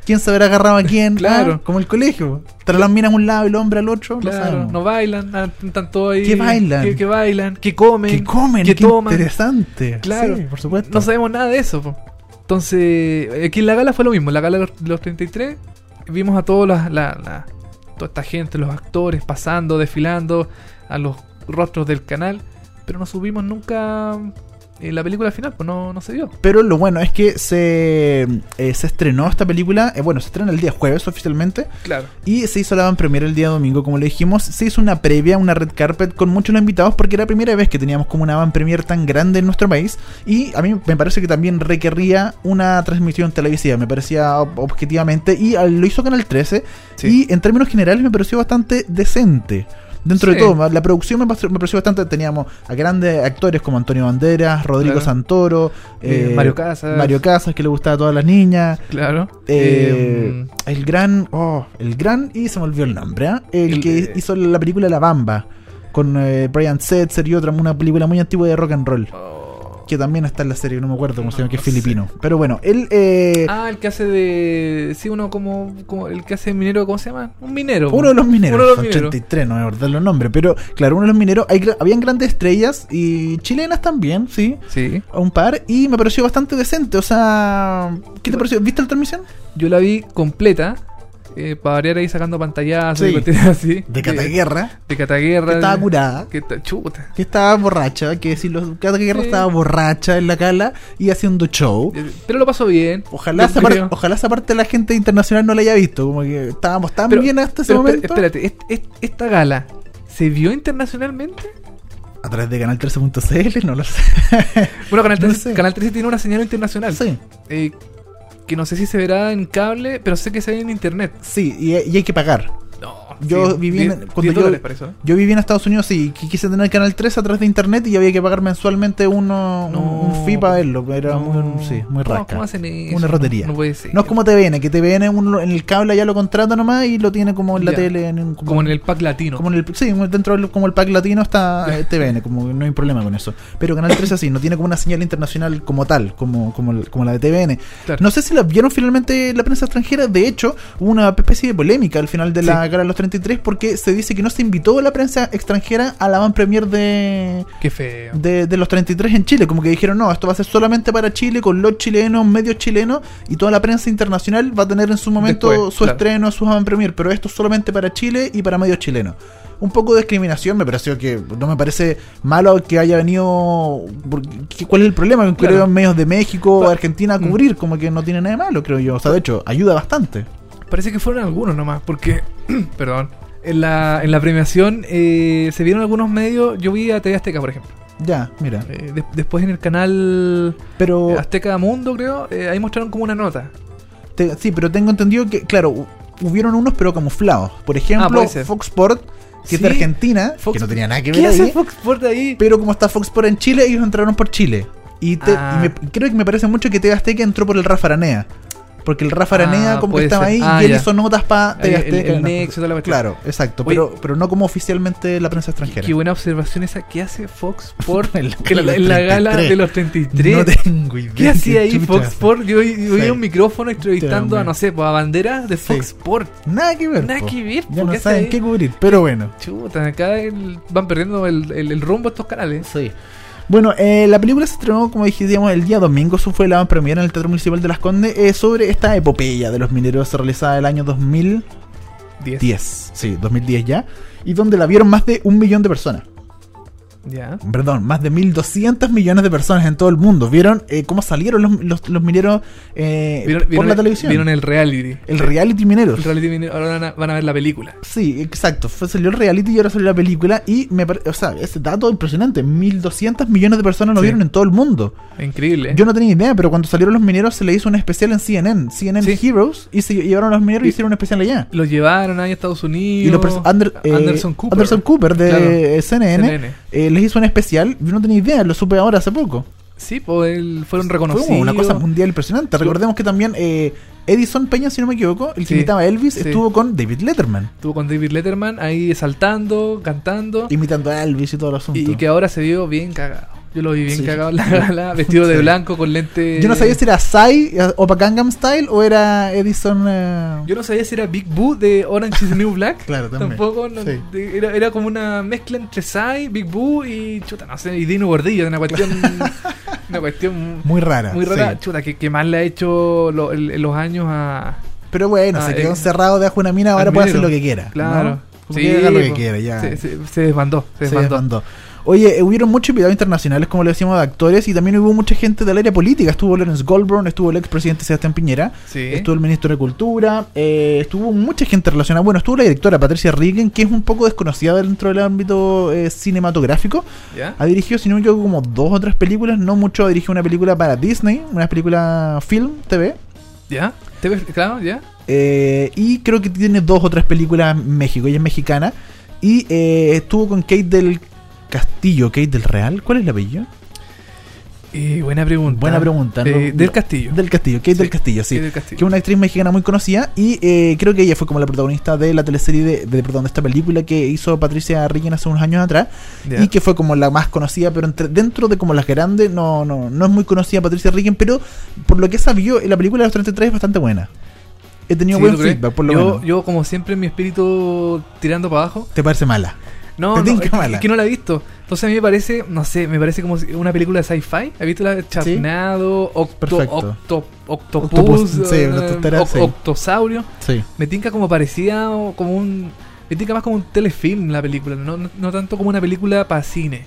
S2: ¿Quién se habrá agarrado a quién?
S3: Claro.
S2: Ah, como el colegio. Tras las minas a un lado y el hombre al otro. no
S3: Claro,
S2: sabemos.
S3: no bailan, ah, están todos ahí.
S2: ¿Qué bailan?
S3: ¿Qué, qué bailan? ¿Qué comen?
S2: ¿Qué comen?
S3: ¿Qué
S2: ¿Qué,
S3: toman?
S2: interesante.
S3: Claro.
S2: Sí, por supuesto.
S3: No sabemos nada de eso. po. Entonces, eh, aquí en la gala fue lo mismo. En la gala de los- los 33 vimos a todos las- la- la- toda esta gente, los actores pasando, desfilando, a los rostros del canal, pero no subimos nunca eh, la película final, pues no, no se vio.
S2: Pero lo bueno es que se, eh, se estrenó esta película. eh, bueno, se estrena el día jueves oficialmente.
S3: Claro.
S2: Y se hizo la van premier el día domingo, como le dijimos. Se hizo una previa, una red carpet con muchos invitados porque era la primera vez que teníamos como una van premier tan grande en nuestro país. Y a mí me parece que también requerría una transmisión televisiva, me parecía ob- objetivamente. Y ah, lo hizo Canal 13.
S3: Sí.
S2: Y en términos generales me pareció bastante decente. Dentro
S3: Sí.
S2: de todo, la producción me pareció, me pareció bastante. Teníamos a grandes actores como Antonio Banderas, Rodrigo
S3: Claro.
S2: Santoro,
S3: Eh, Mario Casas.
S2: Mario Casas, que le gustaba a todas las niñas.
S3: Claro.
S2: Eh,
S3: Eh,
S2: el gran. Oh, el gran. Y se me olvidó el nombre, ¿ah? El,
S3: El,
S2: que
S3: eh,
S2: hizo la película La Bamba. Con eh, Brian Setzer y otra, una película muy antigua de rock and roll. Que también está en la serie, no me acuerdo cómo se llama, que es
S3: Oh. No sé.
S2: filipino. Pero bueno, él. eh,
S3: ah, el que hace de. Sí, uno como, como. El que hace minero, ¿cómo se llama? Un minero. po.
S2: uno de los mineros.
S3: Uno de los
S2: son
S3: mineros.
S2: 83, no me acuerdo los nombres. Pero claro, uno de los mineros. hay gra- habían grandes estrellas y chilenas también, sí.
S3: Sí.
S2: A un par. Y me pareció bastante decente. O sea. ¿Qué te pareció? ¿Viste la transmisión?
S3: Yo la vi completa. Eh, para variar ahí sacando pantallazos
S2: Sí.
S3: y cuestiones así.
S2: De Cataguerra.
S3: De Cataguerra.
S2: Que estaba
S3: de-
S2: curada.
S3: Que está chuta.
S2: que estaba borracha, hay que decirlo, cada guerra
S3: Sí.
S2: estaba borracha en la cala y haciendo show.
S3: Eh, Pero lo pasó bien.
S2: Ojalá
S3: yo
S2: esa, par-
S3: creo.
S2: ojalá esa parte de la gente internacional no la haya visto, como que estábamos tan
S3: Pero-
S2: bien hasta ese
S3: pero espera-
S2: momento.
S3: Espérate, est- est- esta gala. ¿Se vio internacionalmente?
S2: A través de Canal 13.cl, no lo sé.
S3: Bueno, Canal
S2: No
S3: 13,
S2: sé.
S3: Canal 13 tiene una señal internacional.
S2: sí,
S3: Eh, que no sé si se verá en cable, pero sé que se ve en internet.
S2: sí, y, y hay que pagar.
S3: No,
S2: Yo viví en- cuando yo-
S3: dólares para eso, ¿eh?
S2: Yo viví en Estados Unidos y qui- quise tener Canal 3 a través de internet y había que pagar mensualmente uno, un-
S3: No.
S2: un fee para verlo, era muy, sí, muy
S3: No,
S2: rasca.
S3: ¿Cómo hacen eso?
S2: Una rotería.
S3: No puede ser.
S2: No es como TVN, que TVN uno en el cable ya lo contrata nomás y lo tiene como en la
S3: Ya.
S2: tele. En,
S3: Como en el pack latino.
S2: Como en el, sí, dentro del, como el pack latino está eh, TVN, como que no hay problema con eso. Pero Canal 13 así, no tiene como una señal internacional como tal, como, como, el- como la de TVN.
S3: Claro.
S2: No sé si la vieron finalmente la prensa extranjera, de hecho, hubo una especie de polémica al final de la
S3: Sí.
S2: cara de los 33 porque se dice que no se invitó a la prensa extranjera a la van premier de,
S3: Qué feo.
S2: de, de los 33 en Chile, como que dijeron, no, esto va a ser solamente para Chile, con los chilenos, medios chilenos, y toda la prensa internacional va a tener en su momento
S3: Después,
S2: su
S3: claro.
S2: estreno, sus avant-premier, pero esto es solamente para Chile y para medios chilenos. Un poco de discriminación, me pareció que no me parece malo que haya venido. porque- ¿Cuál es el problema? Que
S3: Claro.
S2: creo medios de México o
S3: Pa-
S2: Argentina a
S3: Mm.
S2: cubrir, como que no tiene nada de malo, creo yo. O sea, de hecho, ayuda bastante.
S3: Parece que fueron algunos nomás, porque, perdón, en la, en la premiación eh, se vieron algunos medios. Yo vi a TV Azteca, por ejemplo.
S2: Ya, mira.
S3: Eh, de- después en el canal
S2: Pero.
S3: Azteca Mundo, creo, eh, ahí mostraron como una nota.
S2: Te- sí, pero tengo entendido que, claro, hu- hubieron unos pero camuflados. Por ejemplo,
S3: Ah, puede ser.
S2: Fox Sport, que es de
S3: Sí.
S2: Argentina,
S3: Fox-
S2: que no tenía nada que ver
S3: ¿Qué hace
S2: ahí.
S3: Fox Sport ahí?
S2: Pero como está Fox Sport en Chile, ellos entraron por Chile. Y, te-
S3: Ah.
S2: y me- creo que me parece mucho que TV Azteca entró por el Rafa Aranea. Porque el Rafa Araneda
S3: Ah,
S2: como que
S3: puede
S2: estaba
S3: ser.
S2: ahí
S3: Ah,
S2: y él
S3: ya.
S2: hizo notas para
S3: Ahí, el- el nexo, toda la cuestión.
S2: Claro, exacto.
S3: Oye.
S2: Pero, pero no como oficialmente la prensa extranjera.
S3: Qué buena observación esa que hace Fox por
S2: En
S3: en
S2: la
S3: la,
S2: gala del
S3: en la gala
S2: 33.
S3: de los 33.
S2: No tengo idea.
S3: ¿Qué hacía ahí
S2: chucha
S3: Fox
S2: hace.
S3: Sport? Yo yo
S2: Sí.
S3: vi un micrófono entrevistando
S2: Dios
S3: a,
S2: mío.
S3: no sé, pues, a banderas de Fox
S2: Sí.
S3: Sport.
S2: Nada que ver.
S3: Nada
S2: po.
S3: que ver,
S2: Ya
S3: po,
S2: no
S3: ¿qué hace
S2: saben
S3: ahí?
S2: qué cubrir, pero bueno.
S3: Chuta, acá el- van perdiendo el, el- el rumbo estos canales.
S2: Sí. Bueno, eh, la película se estrenó, como dije, digamos, el día domingo. Eso fue la premiera en el Teatro Municipal de Las Condes eh, sobre esta epopeya de los mineros realizada el año 2010.
S3: 10.
S2: Sí, 2010 ya. Y donde la vieron más de un millón de personas.
S3: Ya.
S2: Perdón, más de 1.200 millones de personas en todo el mundo. Vieron eh, cómo salieron los, los- los mineros eh,
S3: Vieron,
S2: por
S3: vieron
S2: la
S3: el-
S2: televisión.
S3: Vieron el reality.
S2: el reality mineros.
S3: El reality viene- ahora van a, van a ver la película.
S2: Sí, exacto. Fue, salió el reality y ahora salió la película. Y me parece, o sea, ese dato impresionante. 1.200 millones de personas lo
S3: Sí.
S2: vieron en todo el mundo.
S3: Increíble.
S2: Yo no tenía idea, pero cuando salieron los mineros se le hizo un especial en CNN. CNN
S3: Sí.
S2: Heroes. Y se llevaron a los mineros y
S3: Y-
S2: hicieron un especial allá.
S3: Lo llevaron ahí a Estados Unidos.
S2: Y los pres- Ander- eh,
S3: Anderson Cooper.
S2: Anderson Cooper de
S3: Claro.
S2: eh, CNN,
S3: CNN.
S2: eh, les hizo un especial. Yo no tenía idea, lo supe ahora hace poco.
S3: Sí, pues él- fueron
S2: Fue
S3: reconocidos.
S2: como una cosa mundial impresionante. Recordemos que también eh, Edison Peña, si no me equivoco, el que
S3: Sí.
S2: imitaba a Elvis,
S3: Sí.
S2: estuvo con David Letterman.
S3: Estuvo con David Letterman ahí saltando, cantando.
S2: Imitando a Elvis y todo el asunto.
S3: Y, que ahora se vio bien cagado. Yo lo vi bien
S2: Sí.
S3: cagado en la gala, vestido de
S2: Sí.
S3: blanco con lente.
S2: Yo no sabía si era Psy eh, o Gangnam Style o era Edison. eh,
S3: Yo no sabía si era Big Boo de Orange is the New Black.
S2: Claro, también.
S3: Tampoco. no-
S2: Sí.
S3: de- era, era como una mezcla entre Sai, Big Boo y chuta, no sé, y Dino Gordillo. Una cuestión. una cuestión
S2: Muy rara.
S3: muy rara.
S2: sí.
S3: Chuta, que, que más le ha hecho lo- el- en los años a.
S2: Pero bueno,
S3: Ah,
S2: se quedó
S3: eh,
S2: encerrado debajo de una mina, ahora
S3: al
S2: puede hacer
S3: minero.
S2: lo que quiera.
S3: Claro.
S2: ¿no? Como que haga lo que
S3: po.
S2: quiera, ya.
S3: Se, se- se desbandó. Se
S2: Se
S3: desbandó.
S2: desbandó. Oye, eh, hubieron muchos invitados internacionales, como le decíamos, de actores, y también hubo mucha gente del área política. Estuvo Lawrence Goldborn, estuvo el expresidente Sebastián Piñera,
S3: Sí.
S2: estuvo el ministro de Cultura, eh, estuvo mucha gente relacionada. Bueno, estuvo la directora Patricia Rigen, que es un poco desconocida dentro del ámbito eh, cinematográfico.
S3: ¿Ya?
S2: Ha dirigido, si no me equivoco, como dos o tres películas. No mucho, ha dirigido una película para Disney, una película film, TV.
S3: ¿Ya? ¿Te ves? Claro, ya.
S2: Eh, y creo que tiene dos o tres películas en México. Ella es mexicana. Y eh, estuvo con Kate del Castillo. Kate del Real. ¿Cuál es el apellido?
S3: Y buena pregunta.
S2: Buena pregunta. ¿no?
S3: Eh, del Castillo.
S2: Del Castillo. Kate del Castillo, sí.
S3: Kate del Castillo.
S2: Que es una actriz mexicana muy conocida. Y eh, creo que ella fue como la protagonista de la teleserie de, de- perdón, de esta película que hizo Patricia Rigen hace unos años atrás.
S3: Ya.
S2: Y que fue como la más conocida, pero entre, dentro de como las grandes, no, no, no es muy conocida Patricia Rigen, pero por lo que sabió, la película de los 33 es bastante buena. He tenido
S3: Sí,
S2: buen
S3: ¿tú crees?
S2: feedback, por lo
S3: yo,
S2: menos.
S3: yo, como siempre, mi espíritu tirando para abajo.
S2: ¿Te parece mala?
S3: No,
S2: Te
S3: no
S2: tinca
S3: es, que-
S2: mala.
S3: es que no la he visto. Entonces a mí me parece, no sé, me parece como si- una película de sci-fi. ¿Has visto la de Charnado, Octo,
S2: Perfecto.
S3: Octo- Octopus,
S2: Octopus, sí,
S3: eh,
S2: una tontera,
S3: Oc-
S2: sí.
S3: Octosaurio?
S2: Sí.
S3: Me tinca como parecía o como un... Me tinca más como un telefilm la película, no, no, no tanto como una película para cine.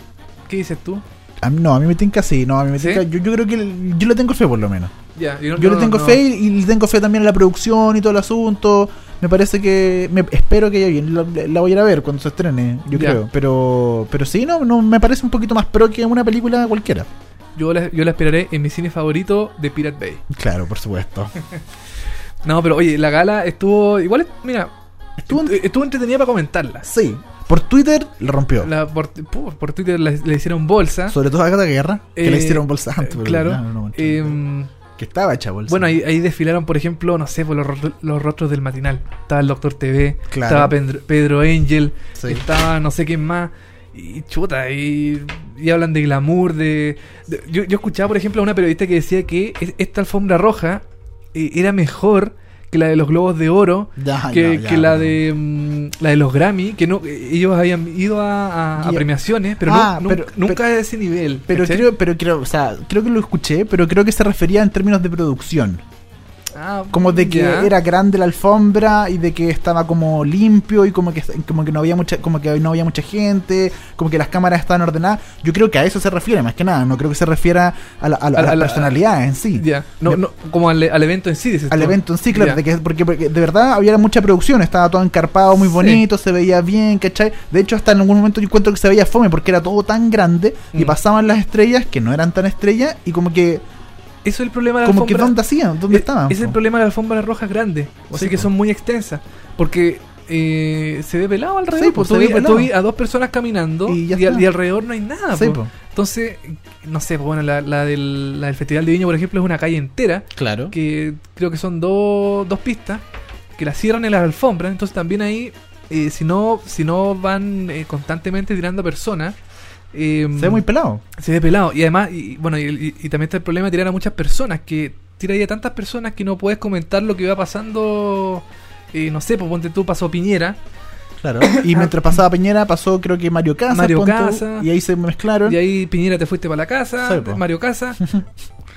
S3: ¿Qué dices tú?
S2: A mí, no, a mí me tinca sí, no, a mí me
S3: ¿Sí?
S2: tinca. Yo, yo creo que el- yo le tengo fe por lo menos.
S3: Ya, no-
S2: Yo
S3: no-
S2: le tengo
S3: no-
S2: fe y, y le tengo fe también a la producción y todo el asunto. Me parece que me, espero que haya bien. La, la voy a ir a ver cuando se estrene, yo
S3: Ya.
S2: creo. Pero pero sí, no, no me parece un poquito más pro que una película cualquiera.
S3: Yo la, yo la esperaré en mi cine favorito de Pirate Bay.
S2: Claro, por supuesto.
S3: No, pero oye, la gala estuvo... Igual, mira,
S2: Estuvo-
S3: estuvo, estuvo entretenida para comentarla.
S2: sí, por Twitter la rompió.
S3: La- por, pu- por Twitter le, le hicieron bolsa.
S2: Sobre todo a Agatha Guerra, que le
S3: Eh,
S2: hicieron bolsa antes. pero
S3: claro.
S2: no, no, no,
S3: Em,
S2: que estaba hecha bolsa.
S3: bueno, ahí, ahí desfilaron, por ejemplo, no sé, por los, ro- los rostros del matinal. Estaba el Doctor TV,
S2: Claro.
S3: estaba Pedro, Pedro Angel,
S2: Sí.
S3: estaba no sé quién más. Y chuta, y, y hablan de glamour, de... de- yo, yo escuchaba, por ejemplo, a una periodista que decía que es- esta alfombra roja eh, era mejor que la de los globos de oro.
S2: Ya,
S3: que,
S2: Ah, ya, ya,
S3: que la
S2: no.
S3: de mm, la de los Grammy que no eh, ellos habían ido a, a- a
S2: Ya.
S3: premiaciones pero,
S2: Ah,
S3: nu-
S2: pero-
S3: nu- nunca a ese nivel
S2: Pero
S3: ¿cachai?
S2: creo, pero creo, o sea, creo que lo escuché, pero creo que se refería en términos de producción.
S3: Ah,
S2: Como de que
S3: ya.
S2: era grande la alfombra y de que estaba como limpio y como que como que no había mucha, como que no había mucha gente, como que las cámaras estaban ordenadas. Yo creo que a eso se refiere, más que nada, no creo que se refiera a la, a la- a
S3: A-
S2: la
S3: a la-
S2: personalidad en sí.
S3: Ya. No,
S2: Me-
S3: no, como al, al evento en sí dices
S2: Al
S3: tú.
S2: evento en sí, claro,
S3: Ya.
S2: de que, porque, porque de verdad había mucha producción, estaba todo encarpado, muy
S3: Sí.
S2: bonito, se veía bien, ¿cachai? De hecho, hasta en algún momento yo encuentro que se veía fome porque era todo tan grande y
S3: Mm.
S2: pasaban las estrellas que no eran tan estrellas y como que
S3: eso es el problema de la
S2: como que
S3: alfombra-
S2: dónde hacían, dónde Oh.
S3: es-
S2: estaban.
S3: E-, es el
S2: po?
S3: problema de las alfombras rojas grandes o
S2: Sí,
S3: sea que
S2: po.
S3: son muy extensas porque eh, se ve pelado alrededor
S2: Sí, po,
S3: pues,
S2: se
S3: tú
S2: ve
S3: vi- tú
S2: pelado.
S3: vi a dos personas caminando
S2: Y
S3: y,
S2: ya
S3: al-
S2: está.
S3: y alrededor no hay nada
S2: Sí,
S3: po.
S2: po.
S3: Entonces, no sé, pues, bueno, la, la del, la del Festival de Viña, por ejemplo, es una calle entera
S7: Claro.
S3: que creo que son dos dos pistas que las cierran en las alfombras. Entonces también ahí, eh, si no si no van eh, constantemente tirando a personas, eh,
S2: Se ve muy pelado.
S3: se ve pelado. Y además, y, y bueno, y, y- y también está el problema de tirar a muchas personas, que tira ahí a tantas personas que no puedes comentar lo que va pasando. eh, no sé, pues ponte tú, pasó Piñera.
S7: Claro.
S2: Y mientras pasaba Piñera, pasó creo que Mario Casas.
S3: Mario
S2: ponte tú,
S3: Casas.
S2: Y ahí se mezclaron.
S3: Y ahí Piñera te fuiste para la casa,
S2: Sí, po.
S3: Mario Casa.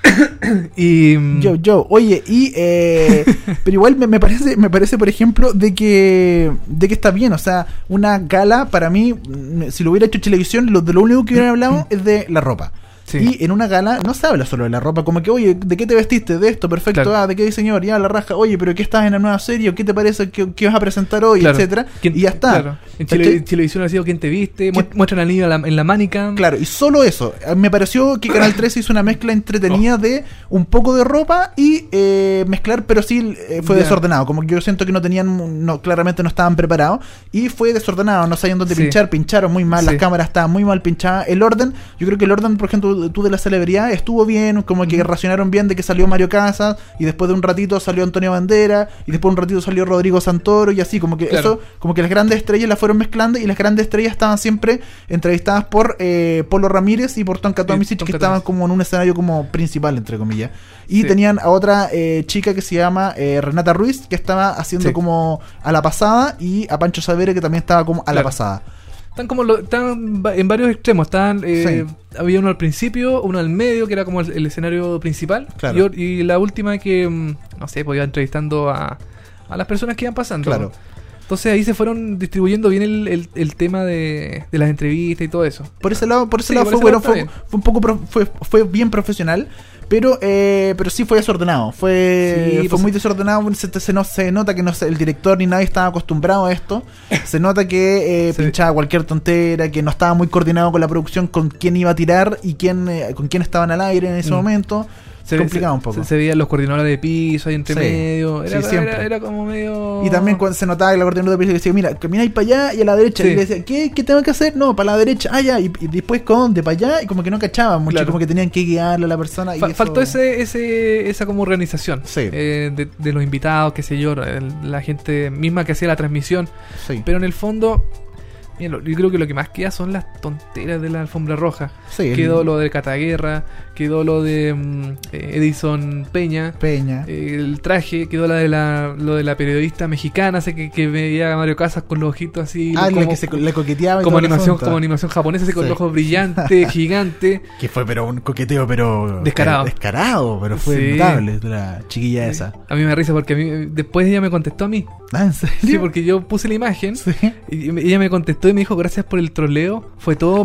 S3: y. mm,
S2: Yo, yo, oye, y eh, pero igual me, me parece, me parece, por ejemplo, de que de que está bien, o sea, una gala para mí, mm, si lo hubiera hecho televisión, lo, de lo único que hubieran hablado es de la ropa.
S3: Mm. Sí.
S2: Y en una gala no se habla solo de la ropa, como que, oye, ¿de qué te vestiste? De esto, perfecto,
S3: Claro.
S2: ah, ¿de qué diseñador? Ya, la raja, oye, pero ¿qué estás en la nueva serie? ¿O ¿Qué te parece? ¿Qué, qué vas a presentar hoy?
S3: Claro.
S2: Etcétera.
S3: ¿Quién-
S2: Y ya está.
S3: claro. En
S2: ¿Cachai?
S3: Chile- Chilevisión ha sido quien te viste,
S2: ¿Quién-
S3: muest- muestran al niño en la, en la manica.
S2: Claro, y solo eso. Eh, Me pareció que Canal 13 hizo una mezcla
S3: Oh.
S2: entretenida de un poco de ropa y eh, mezclar, pero sí eh, fue
S3: Ya.
S2: desordenado. Como que yo siento que no tenían, no, claramente no estaban preparados y fue desordenado. No sabían dónde
S3: Sí.
S2: pinchar, pincharon muy mal,
S3: Sí.
S2: las cámaras estaban muy mal pinchadas. El orden, yo creo que el orden, por ejemplo, tú de la celebridad estuvo bien, como que racionaron bien de que salió Mario Casas y después de un ratito salió Antonio Bandera y después de un ratito salió Rodrigo Santoro y así, como que
S3: Claro.
S2: eso como que las grandes estrellas las fueron mezclando y las grandes estrellas estaban siempre entrevistadas por eh, Polo Ramírez y por Tonka
S3: Y
S2: Tomisic que
S3: Tonka
S2: estaban
S3: Tomisic.
S2: como en un escenario como principal entre comillas y
S3: Sí.
S2: tenían a otra eh, chica que se llama eh, Renata Ruiz que estaba haciendo
S3: Sí.
S2: como a la pasada y a Pancho Savere que también estaba como a la
S3: Claro.
S2: pasada
S3: Están como lo- están va- en varios extremos. Están, eh, Había uno al principio, uno al medio, que era como el, el escenario principal.
S2: Claro.
S3: Y o- Y, la última que, mm, no sé, pues iba entrevistando a, a las personas que iban pasando.
S2: Claro.
S3: Entonces ahí se fueron distribuyendo bien el, el- el tema de, de las entrevistas y todo eso.
S2: por ese lado por ese
S3: Sí,
S2: lado
S3: por
S2: fue bueno
S3: ese lado
S2: fue,
S3: está
S2: fue un poco pro- fue, fue bien profesional pero eh, pero sí fue desordenado fue
S3: Sí,
S2: fue
S3: pues-
S2: muy desordenado se, se no- se nota que no se- el director ni nadie estaba acostumbrado a esto se nota que eh,
S3: Sí.
S2: pinchaba cualquier tontera que no estaba muy coordinado con la producción con quién iba a tirar y quién eh, con quién estaban al aire en ese
S3: Mm.
S2: momento se complicaba un poco
S3: Se, se veían los coordinadores de piso ahí entre
S2: Sí.
S3: medio. Era,
S2: Sí, siempre.
S3: era- era como medio.
S2: Y también cuando se notaba que la coordinadora de policía decía, mira, camina ahí para allá y a la derecha.
S3: Sí.
S2: Y le decía, ¿qué, ¿Qué tengo que hacer? No, para la derecha, ah, ya. Y, y después, ¿con? De para allá. Y como que no cachaban mucho,
S3: Claro.
S2: como que tenían que guiarle a la persona. y
S3: Fa-
S2: eso-
S3: Faltó ese, ese, esa como organización
S2: Sí.
S3: eh, de, de los invitados, qué sé yo, el- la gente misma que hacía la transmisión.
S2: Sí,
S3: Pero en el fondo, mira, lo- yo creo que lo que más queda son las tonteras de la alfombra roja.
S2: sí, el-
S3: Quedó lo de Cataguerra, quedó lo de mm, eh, Edison Peña,
S2: Peña.
S3: eh, el traje, quedó la de la, lo de la periodista mexicana, sé que, que veía a Mario Casas con los ojitos así.
S2: ah, la
S3: como,
S2: que se co- le coqueteaba. y
S3: como
S2: todo el
S3: animación,
S2: asunto.
S3: como animación japonesa, así con
S2: Sí.
S3: los ojos brillantes, gigante.
S2: Que fue, pero un coqueteo, pero.
S3: Descarado.
S2: Descarado, pero fue
S3: Sí.
S2: notable la chiquilla esa.
S3: A mí me da risa porque a mí- después ella me contestó a mí.
S2: Ah, ¿en serio?
S3: Sí, porque yo puse la imagen
S2: Sí.
S3: y y ella me contestó y me dijo gracias por el troleo. Fue todo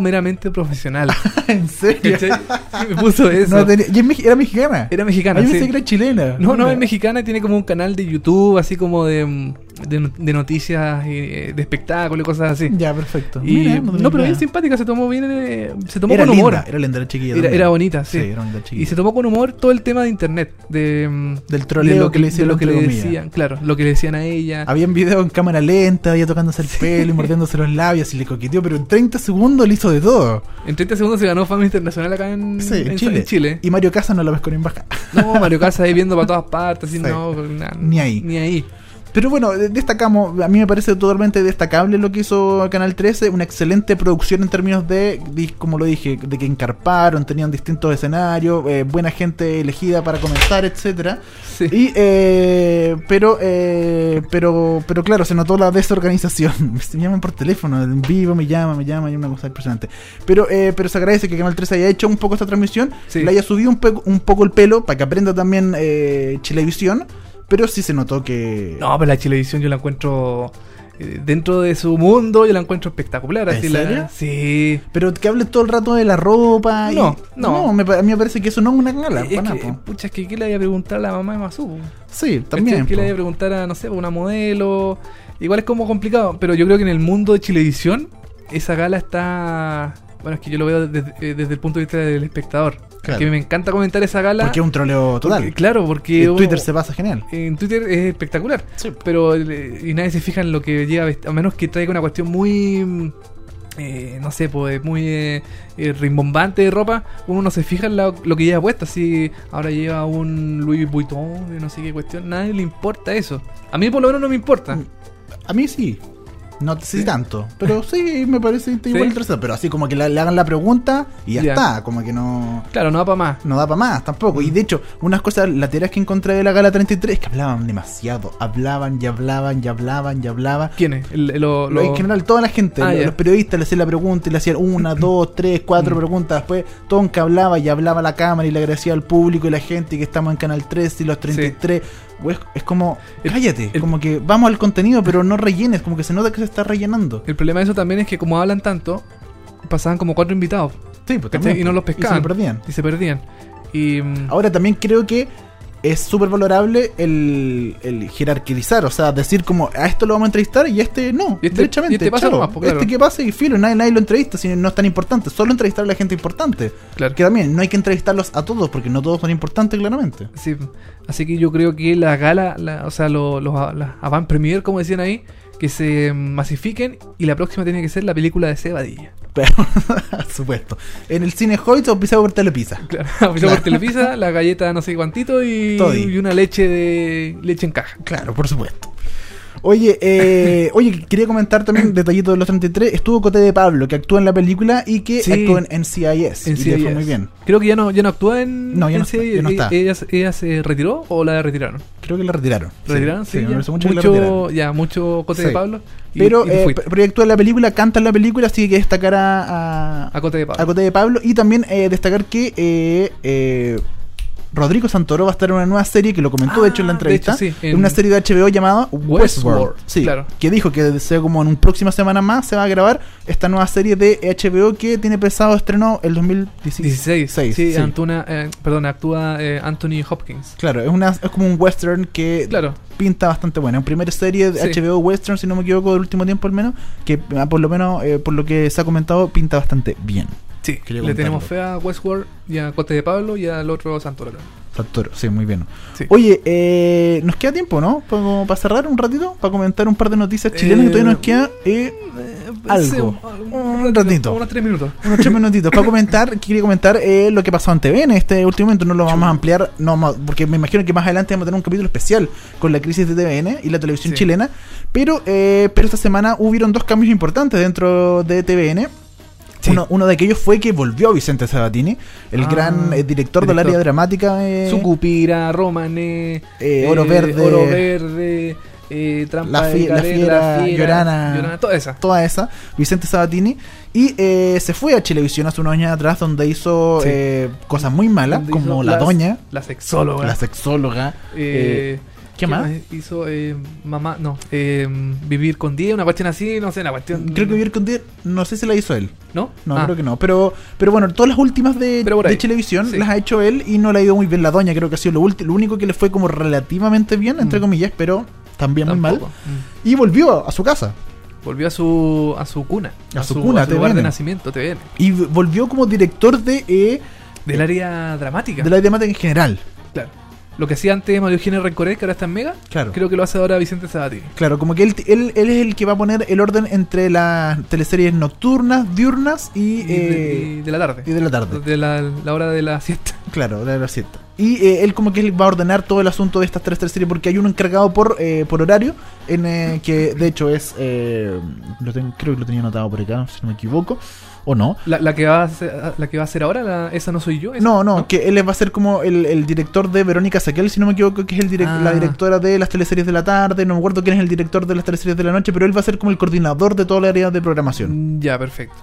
S3: meramente profesional.
S2: ¿En serio?
S3: ¿Cachai? Sí, me puso eso.
S2: No tenía- y es mex- era mexicana.
S3: Era
S2: Ah,
S3: mexicana.
S2: yo
S3: sí.
S2: pensé que era chilena.
S3: No, no,
S2: Mira.
S3: es mexicana y tiene como un canal de YouTube, así como de, mm, de, no- de noticias y eh, de espectáculos y cosas así.
S2: Ya, perfecto.
S3: Y,
S2: Mira, tenía
S3: no, pero
S2: idea.
S3: bien simpática, se tomó bien, eh, se tomó
S2: era
S3: con humor.
S2: linda, era linda la chiquilla.
S3: Era,
S2: también.
S3: era bonita, sí.
S2: era bonita chiquilla.
S3: Y se tomó con humor todo el tema de internet, de, mm,
S2: Del troleo
S3: de
S2: que le hicieron,
S3: de lo que
S2: entre
S3: le
S2: comillas. Ah.
S3: decían, claro, lo que le decían a ella.
S2: Había un video en cámara lenta, ella tocándose el pelo y mordiéndose los labios y le coqueteó, pero en 30 segundos le hizo de todo.
S3: En 30 segundos se ganó fama internacional acá en,
S2: Sí, en
S3: en-
S2: Chile.
S3: en Chile.
S2: Y Mario Casas no la ves con embaja.
S3: No, Mario Casas ahí viendo para todas partes, así,
S2: Sí.
S3: no, na-
S2: Ni ahí.
S3: Ni ahí.
S2: Pero bueno, de- destacamos, a mí me parece totalmente destacable lo que hizo Canal 13, una excelente producción en términos de, de- como lo dije, de que encarparon, tenían distintos escenarios, eh, buena gente elegida para comenzar, etcétera.
S3: Sí.
S2: Y, eh, pero, eh, pero, pero claro, se notó la desorganización. Me llaman por teléfono, en vivo me llama, me llama, y una cosa impresionante. Pero, eh, pero se agradece que Canal 13 haya hecho un poco esta transmisión,
S3: Sí.
S2: le haya subido un, poco- un poco el pelo para que aprenda también eh, Chilevisión. Pero sí se notó que.
S3: No, pero la Chilevisión yo la encuentro eh, dentro de su mundo, yo la encuentro espectacular.
S2: ¿En
S3: Así
S2: serio?
S3: La, sí.
S2: Pero que hable todo el rato de la ropa. y-
S3: No, no.
S2: me pa- a mí me parece que eso no es una gala.
S3: es
S2: pa'
S3: que,
S2: nada, po.
S3: pucha, es que ¿qué le voy a preguntar a la mamá de Masu?
S2: Sí, también.
S3: ¿Qué le voy a
S2: po.
S3: preguntar a, no sé, a una modelo? Igual es como complicado, pero yo creo que en el mundo de Chilevisión, esa gala está... Bueno, es que yo lo veo desde, eh, desde el punto de vista del espectador.
S2: Claro.
S3: Que me encanta comentar esa gala.
S2: Porque es un troleo
S3: Porque-
S2: total.
S3: claro, porque...
S2: Y Twitter
S3: uno-
S2: se pasa genial.
S3: en Twitter es espectacular. Pero eh, y nadie se fija en lo que llega a vest- a menos que traiga una cuestión muy mm, eh, no sé, pues muy eh, eh, rimbombante de ropa, uno no se fija en la- lo que lleva puesta. Si ahora lleva un Louis Vuitton, y no sé qué cuestión, nadie le importa eso. A mí por lo menos no me importa.
S2: Mm. A mí sí. No sé si tanto. Pero sí, me parece igual
S3: ¿Sí?
S2: interesante. Pero así como que la- le hagan la pregunta y ya
S3: Ya.
S2: está. Como que no.
S3: Claro, no va para más.
S2: No da para más tampoco. Y de hecho, unas cosas laterales que encontré de la gala 33 es que hablaban demasiado. Hablaban y hablaban y hablaban y hablaban.
S3: ¿Quiénes? El- el- lo-
S2: En
S3: lo-
S2: general, toda la gente,
S3: Ah,
S2: lo-
S3: ya.
S2: los periodistas le hacían la pregunta y le hacían una, dos, tres, cuatro preguntas. Después, Tonka hablaba y hablaba a la cámara y le agradecía al público y la gente que estamos en Canal 3 y los 33. Güey, Es, es como,
S3: El-
S2: cállate,
S3: el-
S2: como que vamos al contenido, pero no rellenes, como que se nota que se está rellenando.
S3: El problema de eso también es que como hablan tanto, pasaban como cuatro invitados
S2: Sí, pues,
S3: ¿cachai?
S2: también,
S3: y no los
S2: pues, Y
S3: pescaban.
S2: se lo perdían.
S3: y se perdían. Y mm,
S2: Ahora también creo que es súper valorable el, el jerarquizar, o sea, decir como a esto lo vamos a entrevistar y a este no,
S3: Y este-
S2: derechamente.
S3: y este pasa
S2: chao.
S3: nomás, pues, claro.
S2: Este que pase y filo, nadie, nadie lo entrevista, si no es tan importante, solo entrevistar a la gente importante.
S3: claro.
S2: Que también no hay que entrevistarlos a todos porque no todos son importantes, claramente.
S3: Sí, así que yo creo que la gala, la- o sea, lo- los a- las avant premier, como decían ahí, que se masifiquen y la próxima tiene que ser la película de Cebadilla.
S2: Pero, por supuesto. En el cine Hoyt o pisado por Telepizza.
S3: Claro, avisó por Televisa, la galleta no sé cuántito y,
S2: Toddy.
S3: y una leche de leche en caja.
S2: Claro, por supuesto. Oye, eh, oye, quería comentar también detallito de los 33. Estuvo Cote de Pablo, que actúa en la película y que
S3: Sí.
S2: actúa en NCIS.
S3: En
S2: y le fue
S3: CIS.
S2: muy bien.
S3: Creo que ya no, ya no actúa en.
S2: No, ya
S3: en
S2: no está,
S3: CIS.
S2: ya no está.
S3: Ella, ella se retiró o la retiraron.
S2: Creo que la retiraron.
S3: Retiraron, sí.
S2: me
S3: ya.
S2: parece mucho,
S3: mucho,
S2: que la retiraron.
S3: ya, mucho Cote
S2: Sí.
S3: de Pablo. y-
S2: Pero
S3: y te
S2: eh,
S3: fuiste
S2: pr- proyectó en la película, canta en la película, así que destacar a, a,
S3: a Cote de Pablo.
S2: a Cote de Pablo. Y también eh, destacar que eh, eh, Rodrigo Santoro va a estar en una nueva serie que lo comentó, de hecho, en la
S3: Ah, de
S2: entrevista.
S3: hecho, sí,
S2: en...
S3: en-
S2: una serie de HBO llamada Westworld.
S3: Westworld,
S2: sí,
S3: claro.
S2: Que dijo que sea como en un próxima semana más se va a grabar esta nueva serie de HBO que tiene pensado estreno el 2016.
S3: 16. Sí,
S2: sí.
S3: Antuna, eh, perdón, actúa eh, Anthony Hopkins.
S2: Claro, es, una, es como un western que
S3: Claro.
S2: pinta bastante buena. En primera serie de
S3: Sí.
S2: HBO Western, si no me equivoco, del último tiempo al menos, que ah, por lo menos, eh, por lo que se ha comentado, pinta bastante bien.
S3: Sí,
S2: Quería
S3: le tenemos
S2: comentarlo.
S3: fe a Westworld y a Cote de Pablo y al otro Santoro. creo.
S2: Factor, sí, muy bien.
S3: Sí.
S2: Oye, eh, nos queda tiempo, ¿no? Pa- como Para cerrar un ratito, para comentar un par de noticias chilenas
S3: Eh,
S2: y todavía nos queda eh, Algo.
S3: Sí,
S2: Un ratito.
S3: Unos tres minutos.
S2: unos tres minutitos. Para comentar, que quería comentar eh, lo que pasó en TVN este último momento. No lo vamos a ampliar, no vamos a- porque me imagino que más adelante vamos a tener un capítulo especial con la crisis de TVN y la televisión
S3: Sí.
S2: chilena. Pero, eh, pero esta semana hubieron dos cambios importantes dentro de TVN.
S3: Sí.
S2: Uno, uno de aquellos fue que volvió Vicente Sabatini, el
S3: Ah,
S2: gran eh, director, del
S3: director.
S2: área dramática. eh,
S3: Sucupira, Romané,
S2: Eh, Oro Verde.
S3: Oro Verde, eh, Trampa
S2: La
S3: de
S2: Fie- La
S3: Galera,
S2: Fiera, Llorana.
S3: toda esa.
S2: toda esa, Vicente Sabatini, y eh, se fue a Chilevisión hace unos años atrás donde hizo
S3: Sí.
S2: eh, cosas muy malas,
S3: Donde
S2: como
S3: hizo
S2: La
S3: las-
S2: Doña,
S3: La sexóloga.
S2: la sexóloga.
S3: eh,
S2: ¿Qué más?
S3: Hizo eh, mamá, no, eh, vivir con 10, una cuestión así, no sé, una cuestión.
S2: Mm, Creo que Vivir con Diez, no sé si la hizo él.
S3: ¿No?
S2: No,
S3: Ah,
S2: creo que no. Pero, pero bueno, todas las últimas de,
S3: Pero por
S2: de
S3: ahí.
S2: Chilevisión
S3: Sí.
S2: las ha hecho él y no le ha ido muy bien. La Doña creo que ha sido lo, ulti- lo único que le fue como relativamente bien, entre
S3: Mm.
S2: comillas, pero también muy
S3: tampoco.
S2: mal.
S3: Mm.
S2: Y volvió a su casa.
S3: Volvió a su, a su cuna.
S2: A su cuna,
S3: a lugar
S2: TVN.
S3: de nacimiento, TVN.
S2: Y v- volvió como director de, eh,
S3: Del área dramática.
S2: de la temática en general.
S3: Claro. Lo que hacía antes Mario Eugenia Rencoret, que ahora está en Mega,
S2: Claro.
S3: creo que lo hace ahora Vicente Sabatini.
S2: Claro, como que él, él, él es el que va a poner el orden entre las teleseries nocturnas, diurnas y,
S3: Y, de,
S2: eh,
S3: y de la tarde.
S2: y de la tarde.
S3: De la, la hora de la siesta.
S2: Claro, de la siesta. Y eh, él como que él va a ordenar todo el asunto de estas tres teleseries porque hay uno encargado por, eh, por horario, en, eh, que de hecho es... eh, lo ten- creo que lo tenía anotado por acá, si no me equivoco. ¿O no?
S3: La, la que va a ser, la que va a ser ahora, la- esa no soy yo. esa-
S2: No, no, que él va a ser como el, el director de Verónica Saquel, si no me equivoco, que es el direc-
S3: Ah.
S2: la directora de las teleseries de la tarde, no me acuerdo quién es el director de las teleseries de la noche, pero él va a ser como el coordinador de toda la área de programación.
S3: Mm, Ya, perfecto.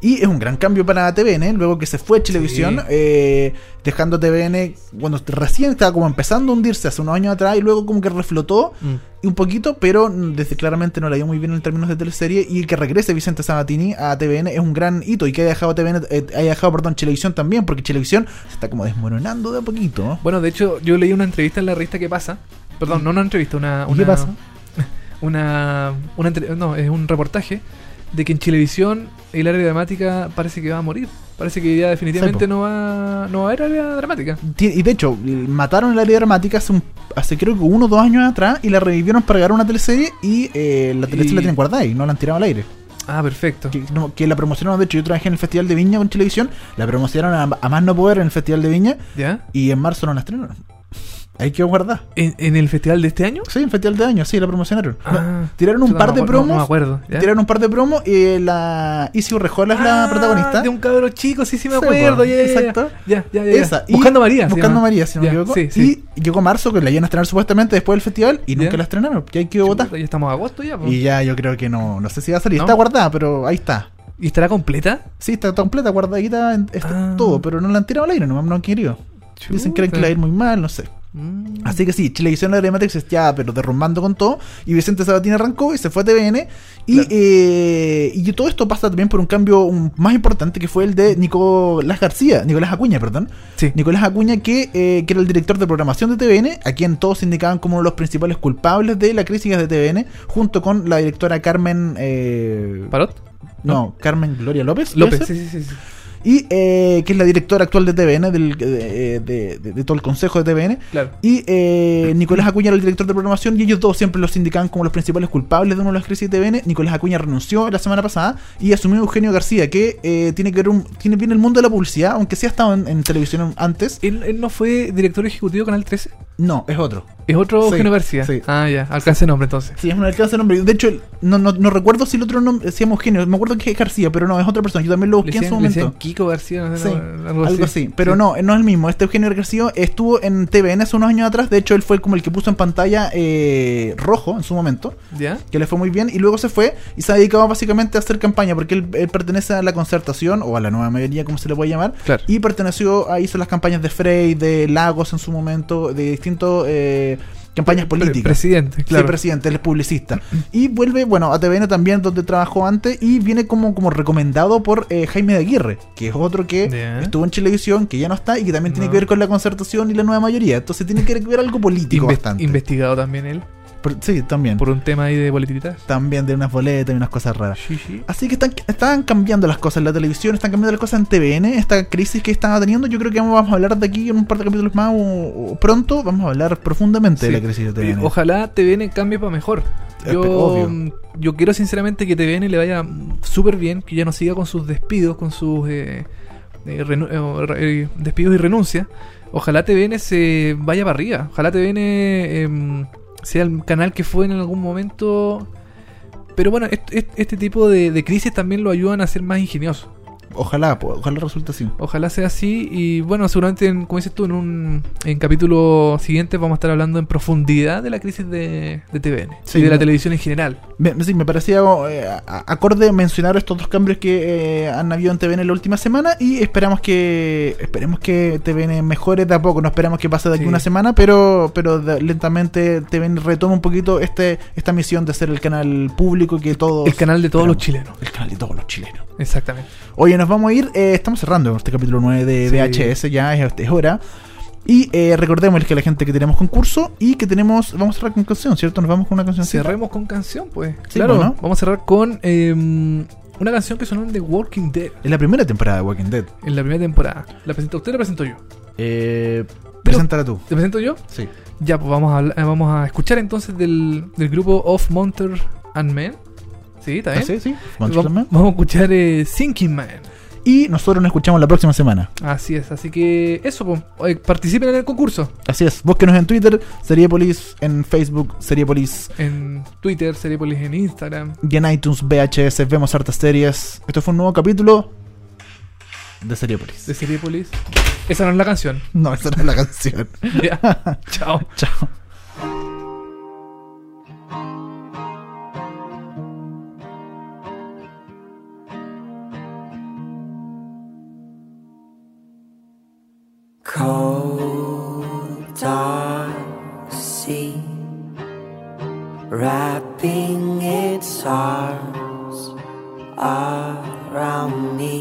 S2: Y es un gran cambio para TVN, ¿eh? luego que se fue a Televisión,
S3: Sí.
S2: eh, dejando TVN cuando recién estaba como empezando a hundirse hace unos años atrás y luego como que reflotó
S3: Mm.
S2: un poquito, pero mm, desde claramente no la dio muy bien en términos de teleserie y que regrese Vicente Sabatini a TVN es un gran hito y que haya dejado TVN, eh, haya dejado, perdón, Televisión también, porque Televisión se está como desmoronando de a poquito. ¿no?
S3: Bueno, de hecho, yo leí una entrevista en la revista que pasa. Perdón, no una entrevista, una.
S2: Mm. ¿Y
S3: una
S2: qué pasa?
S3: Una, una entre- No, es un reportaje de que en Chilevisión el área dramática parece que va a morir. Parece que ya
S2: Sí,
S3: definitivamente
S2: po.
S3: no va, no va a haber área dramática.
S2: Ti- Y de hecho, mataron la área dramática hace, un- hace creo que uno o dos años atrás y la revivieron para grabar una teleserie y eh, la teleserie
S3: Y-
S2: la tienen guardada y no la han tirado al aire.
S3: Ah, perfecto.
S2: que, no, que la promocionaron, de hecho yo trabajé en el Festival de Viña con Televisión, la promocionaron a, a más no poder en el Festival de Viña
S3: ¿Ya?
S2: y en marzo no la estrenaron. Hay que guardar.
S3: ¿En, en el festival de este año?
S2: Sí, en Festival de Año, sí, la promocionaron.
S3: Ah.
S2: tiraron un
S3: Chuta,
S2: par
S3: no
S2: de
S3: me acu- no-
S2: promos.
S3: No, me acuerdo. ¿ya?
S2: Tiraron un par de promos y eh, la Isi Urrejola es la
S3: Ah,
S2: protagonista.
S3: De un cabro chico, sí, sí me
S2: Sí,
S3: acuerdo.
S2: po,
S3: ya, ya, ya.
S2: exacto.
S3: Ya, ya, ya, ya.
S2: Esa. Y-
S3: Buscando a María. se
S2: Buscando
S3: llama.
S2: María, si no me
S3: Ya,
S2: equivoco.
S3: Sí, sí.
S2: Y llegó marzo, que la iban a estrenar supuestamente después del festival y
S3: Ya.
S2: nunca la estrenaron. Ya hay que votar.
S3: Chuta, Ya estamos a agosto ya. po.
S2: Y ya yo creo que no, no sé si va a salir.
S3: ¿No?
S2: Está guardada, pero ahí está.
S3: ¿Y estará completa?
S2: Sí, está completa, guardadita, en- está
S3: Ah.
S2: todo, pero no la han tirado al aire, no, no han querido. Dicen que creen que
S3: Chuta.
S2: la va a ir muy mal, no sé.
S3: Mm.
S2: Así que sí, Chilevisión la Matrix está pero derrumbando con todo. Y Vicente Sabatini arrancó y se fue a TVN. Y,
S3: Claro.
S2: eh, y todo esto pasa también por un cambio un- más importante que fue el de Nicolás García, Nicolás Acuña, perdón.
S3: Sí.
S2: Nicolás Acuña, que, eh, que era el director de programación de TVN, a quien todos indicaban como uno de los principales culpables de la crisis de TVN, junto con la directora Carmen. eh,
S3: ¿Parot?
S2: no, Carmen Gloria López. ¿puede
S3: López.
S2: ser?
S3: Sí, sí, sí, sí.
S2: Y eh, que es la directora actual de TVN, del- de- de- de- de todo el consejo de TVN.
S3: Claro.
S2: Y eh, Nicolás Acuña era el director de programación y ellos dos siempre los indicaban como los principales culpables de una de las crisis de TVN. Nicolás Acuña renunció la semana pasada y asumió Eugenio García, que eh, tiene que ver un, tiene bien el mundo de la publicidad, aunque sí ha estado en, en televisión antes.
S3: ¿Él, él no fue director ejecutivo de Canal 13?
S2: No, es otro.
S3: ¿Es otro
S2: Sí,
S3: Eugenio García?
S2: sí.
S3: Ah, ya. Alcance nombre entonces.
S2: Sí, es un alcance de nombre. De hecho, no, no, no recuerdo si el otro nombre se llama Eugenio. Me acuerdo que es García, pero no, es otra persona. Yo también lo
S3: Le
S2: busqué en su
S3: decían- le decían
S2: momento.
S3: Kiko García, no sé,
S2: Sí,
S3: no,
S2: algo, así. Pero no, no es el mismo. Este Eugenio García estuvo en TVN hace unos años atrás. De hecho, él fue como el que puso en pantalla eh, rojo en su momento.
S3: ¿Ya?
S2: que le fue muy bien y luego se fue y se ha dedicado básicamente a hacer campaña porque él, él pertenece a la concertación o a la nueva mayoría como se le puede llamar
S3: Claro.
S2: y perteneció a hizo las campañas de Frey de Lagos en su momento de distintos eh, campañas
S3: Pre-
S2: políticas
S3: presidente,
S2: Sí,
S3: claro.
S2: presidente, él es publicista. Y vuelve, bueno, a TVN también, donde trabajó antes, y viene como, como recomendado por eh, Jaime de Aguirre, que es otro que
S3: Ya.
S2: estuvo en Chilevisión, que ya no está, y que también tiene
S3: No.
S2: que ver con la concertación y la nueva mayoría. Entonces tiene que ver algo político
S3: Inve-
S2: bastante.
S3: Investigado también él
S2: Por- sí, también.
S3: por un tema ahí de polititas.
S2: También de unas boletas y unas cosas raras.
S3: Sí, sí.
S2: Así que están, están cambiando las cosas en la televisión, están cambiando las cosas en TVN, esta crisis que estaba teniendo, yo creo que vamos a hablar de aquí en un par de capítulos más o, o pronto, vamos a hablar profundamente de la crisis de
S3: Eh,
S2: TVN.
S3: Ojalá TVN cambie para mejor.
S2: Eh,
S3: Yo,
S2: obvio.
S3: mm, yo quiero sinceramente que TVN le vaya mm, súper bien, que ya no siga con sus despidos, con sus eh, eh, renu- eh, re- eh, despidos y renuncias. Ojalá TVN se vaya para arriba. Ojalá TVN em, sea el canal que fue en algún momento. Pero bueno, est- est- este, tipo de, de crisis también lo ayudan a ser más ingenioso.
S2: Ojalá, po, ojalá resulte así.
S3: Ojalá sea así y bueno, seguramente, en- como dices tú, en un en capítulo siguiente vamos a estar hablando en profundidad de la crisis de, de TVN
S2: Sí,
S3: y de la
S2: no.
S3: televisión en general.
S2: Me, me- sí, me parecía eh, a- acorde mencionar estos dos cambios que eh, han habido en TVN la última semana y esperamos que esperemos que TVN mejore de a poco, no esperamos que pase de aquí
S3: Sí.
S2: una semana, pero pero de- lentamente TVN retoma un poquito este esta misión de ser el canal público que todos
S3: El canal de todos los
S2: esperamos.
S3: chilenos.
S2: El canal de todos los chilenos.
S3: Exactamente.
S2: Oye, nos vamos a ir. eh, estamos cerrando este capítulo 9 de
S3: Sí.
S2: VHS, ya es, es hora. Y eh, recordemos que la gente que tenemos concurso y que tenemos. Vamos a cerrar con canción, ¿cierto? Nos vamos con una canción.
S3: Cerremos con canción, pues.
S2: Sí,
S3: claro,
S2: bueno.
S3: vamos a cerrar con eh, una canción que sonó en The Walking Dead
S2: Es la primera temporada de Walking Dead.
S3: en la primera temporada. ¿La presenta usted o la presento yo?
S2: Eh, preséntala tú.
S3: ¿La presento yo?
S2: Sí.
S3: Ya, pues vamos a, hablar- eh, vamos a escuchar entonces del, del grupo Of Monster and Men. Sí, está
S2: ¿Ah,
S3: bien.
S2: sí, sí.
S3: Vam-
S2: Monster Man.
S3: Vamos a escuchar eh, Thinking Man.
S2: Y nosotros nos escuchamos la próxima semana.
S3: Así es, así que eso, po. Eh, participen en el concurso.
S2: Así es. Búsquenos en Twitter, Seriepolis, en Facebook, Seriepolis.
S3: En Twitter, Seriepolis, en Instagram.
S2: Y en iTunes, VHS, vemos hartas series. Esto fue un nuevo capítulo de Seriepolis.
S3: De Seriepolis. Esa no es la canción.
S2: No, esa no es la canción.
S3: Ya. Chao.
S2: Chao.
S7: Cold dark sea wrapping its arms around me,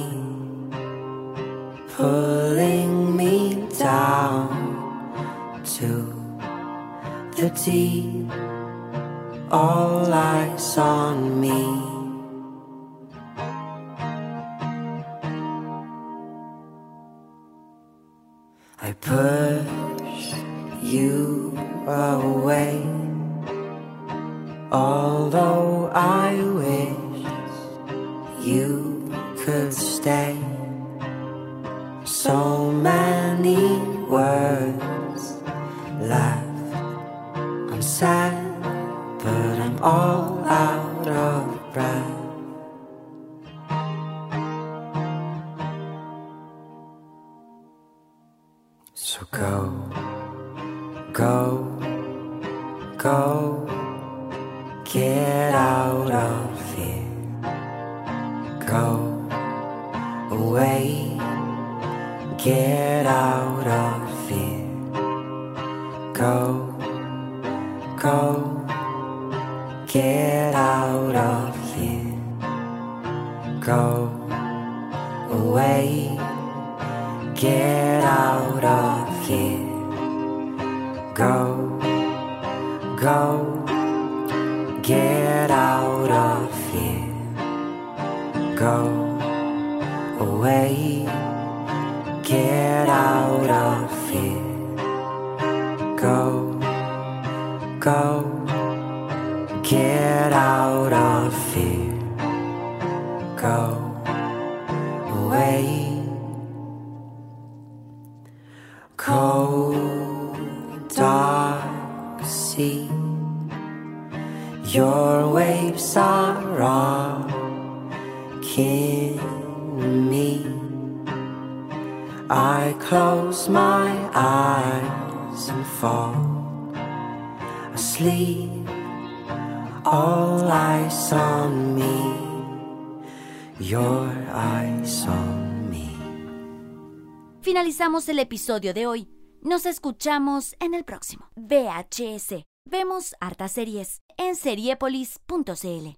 S7: pulling me down to the deep. All eyes on me. I push you away. Although I wish you could stay. So many words left. I'm sad, but I'm all out of breath. So go, go, go, get out of here. Go away, get out of here. Go, go, get out of here. Go away. Get out of here. Go, go, get out of here. Go away, get out of here. Go, go, get out of here. Go away. Cold, dark sea. Your waves are rocking me. I close my eyes and fall asleep. All eyes on me. Your eyes on me.
S1: Finalizamos el episodio de hoy. Nos escuchamos en el próximo. VHS. Vemos hartas series en seriepolis.cl.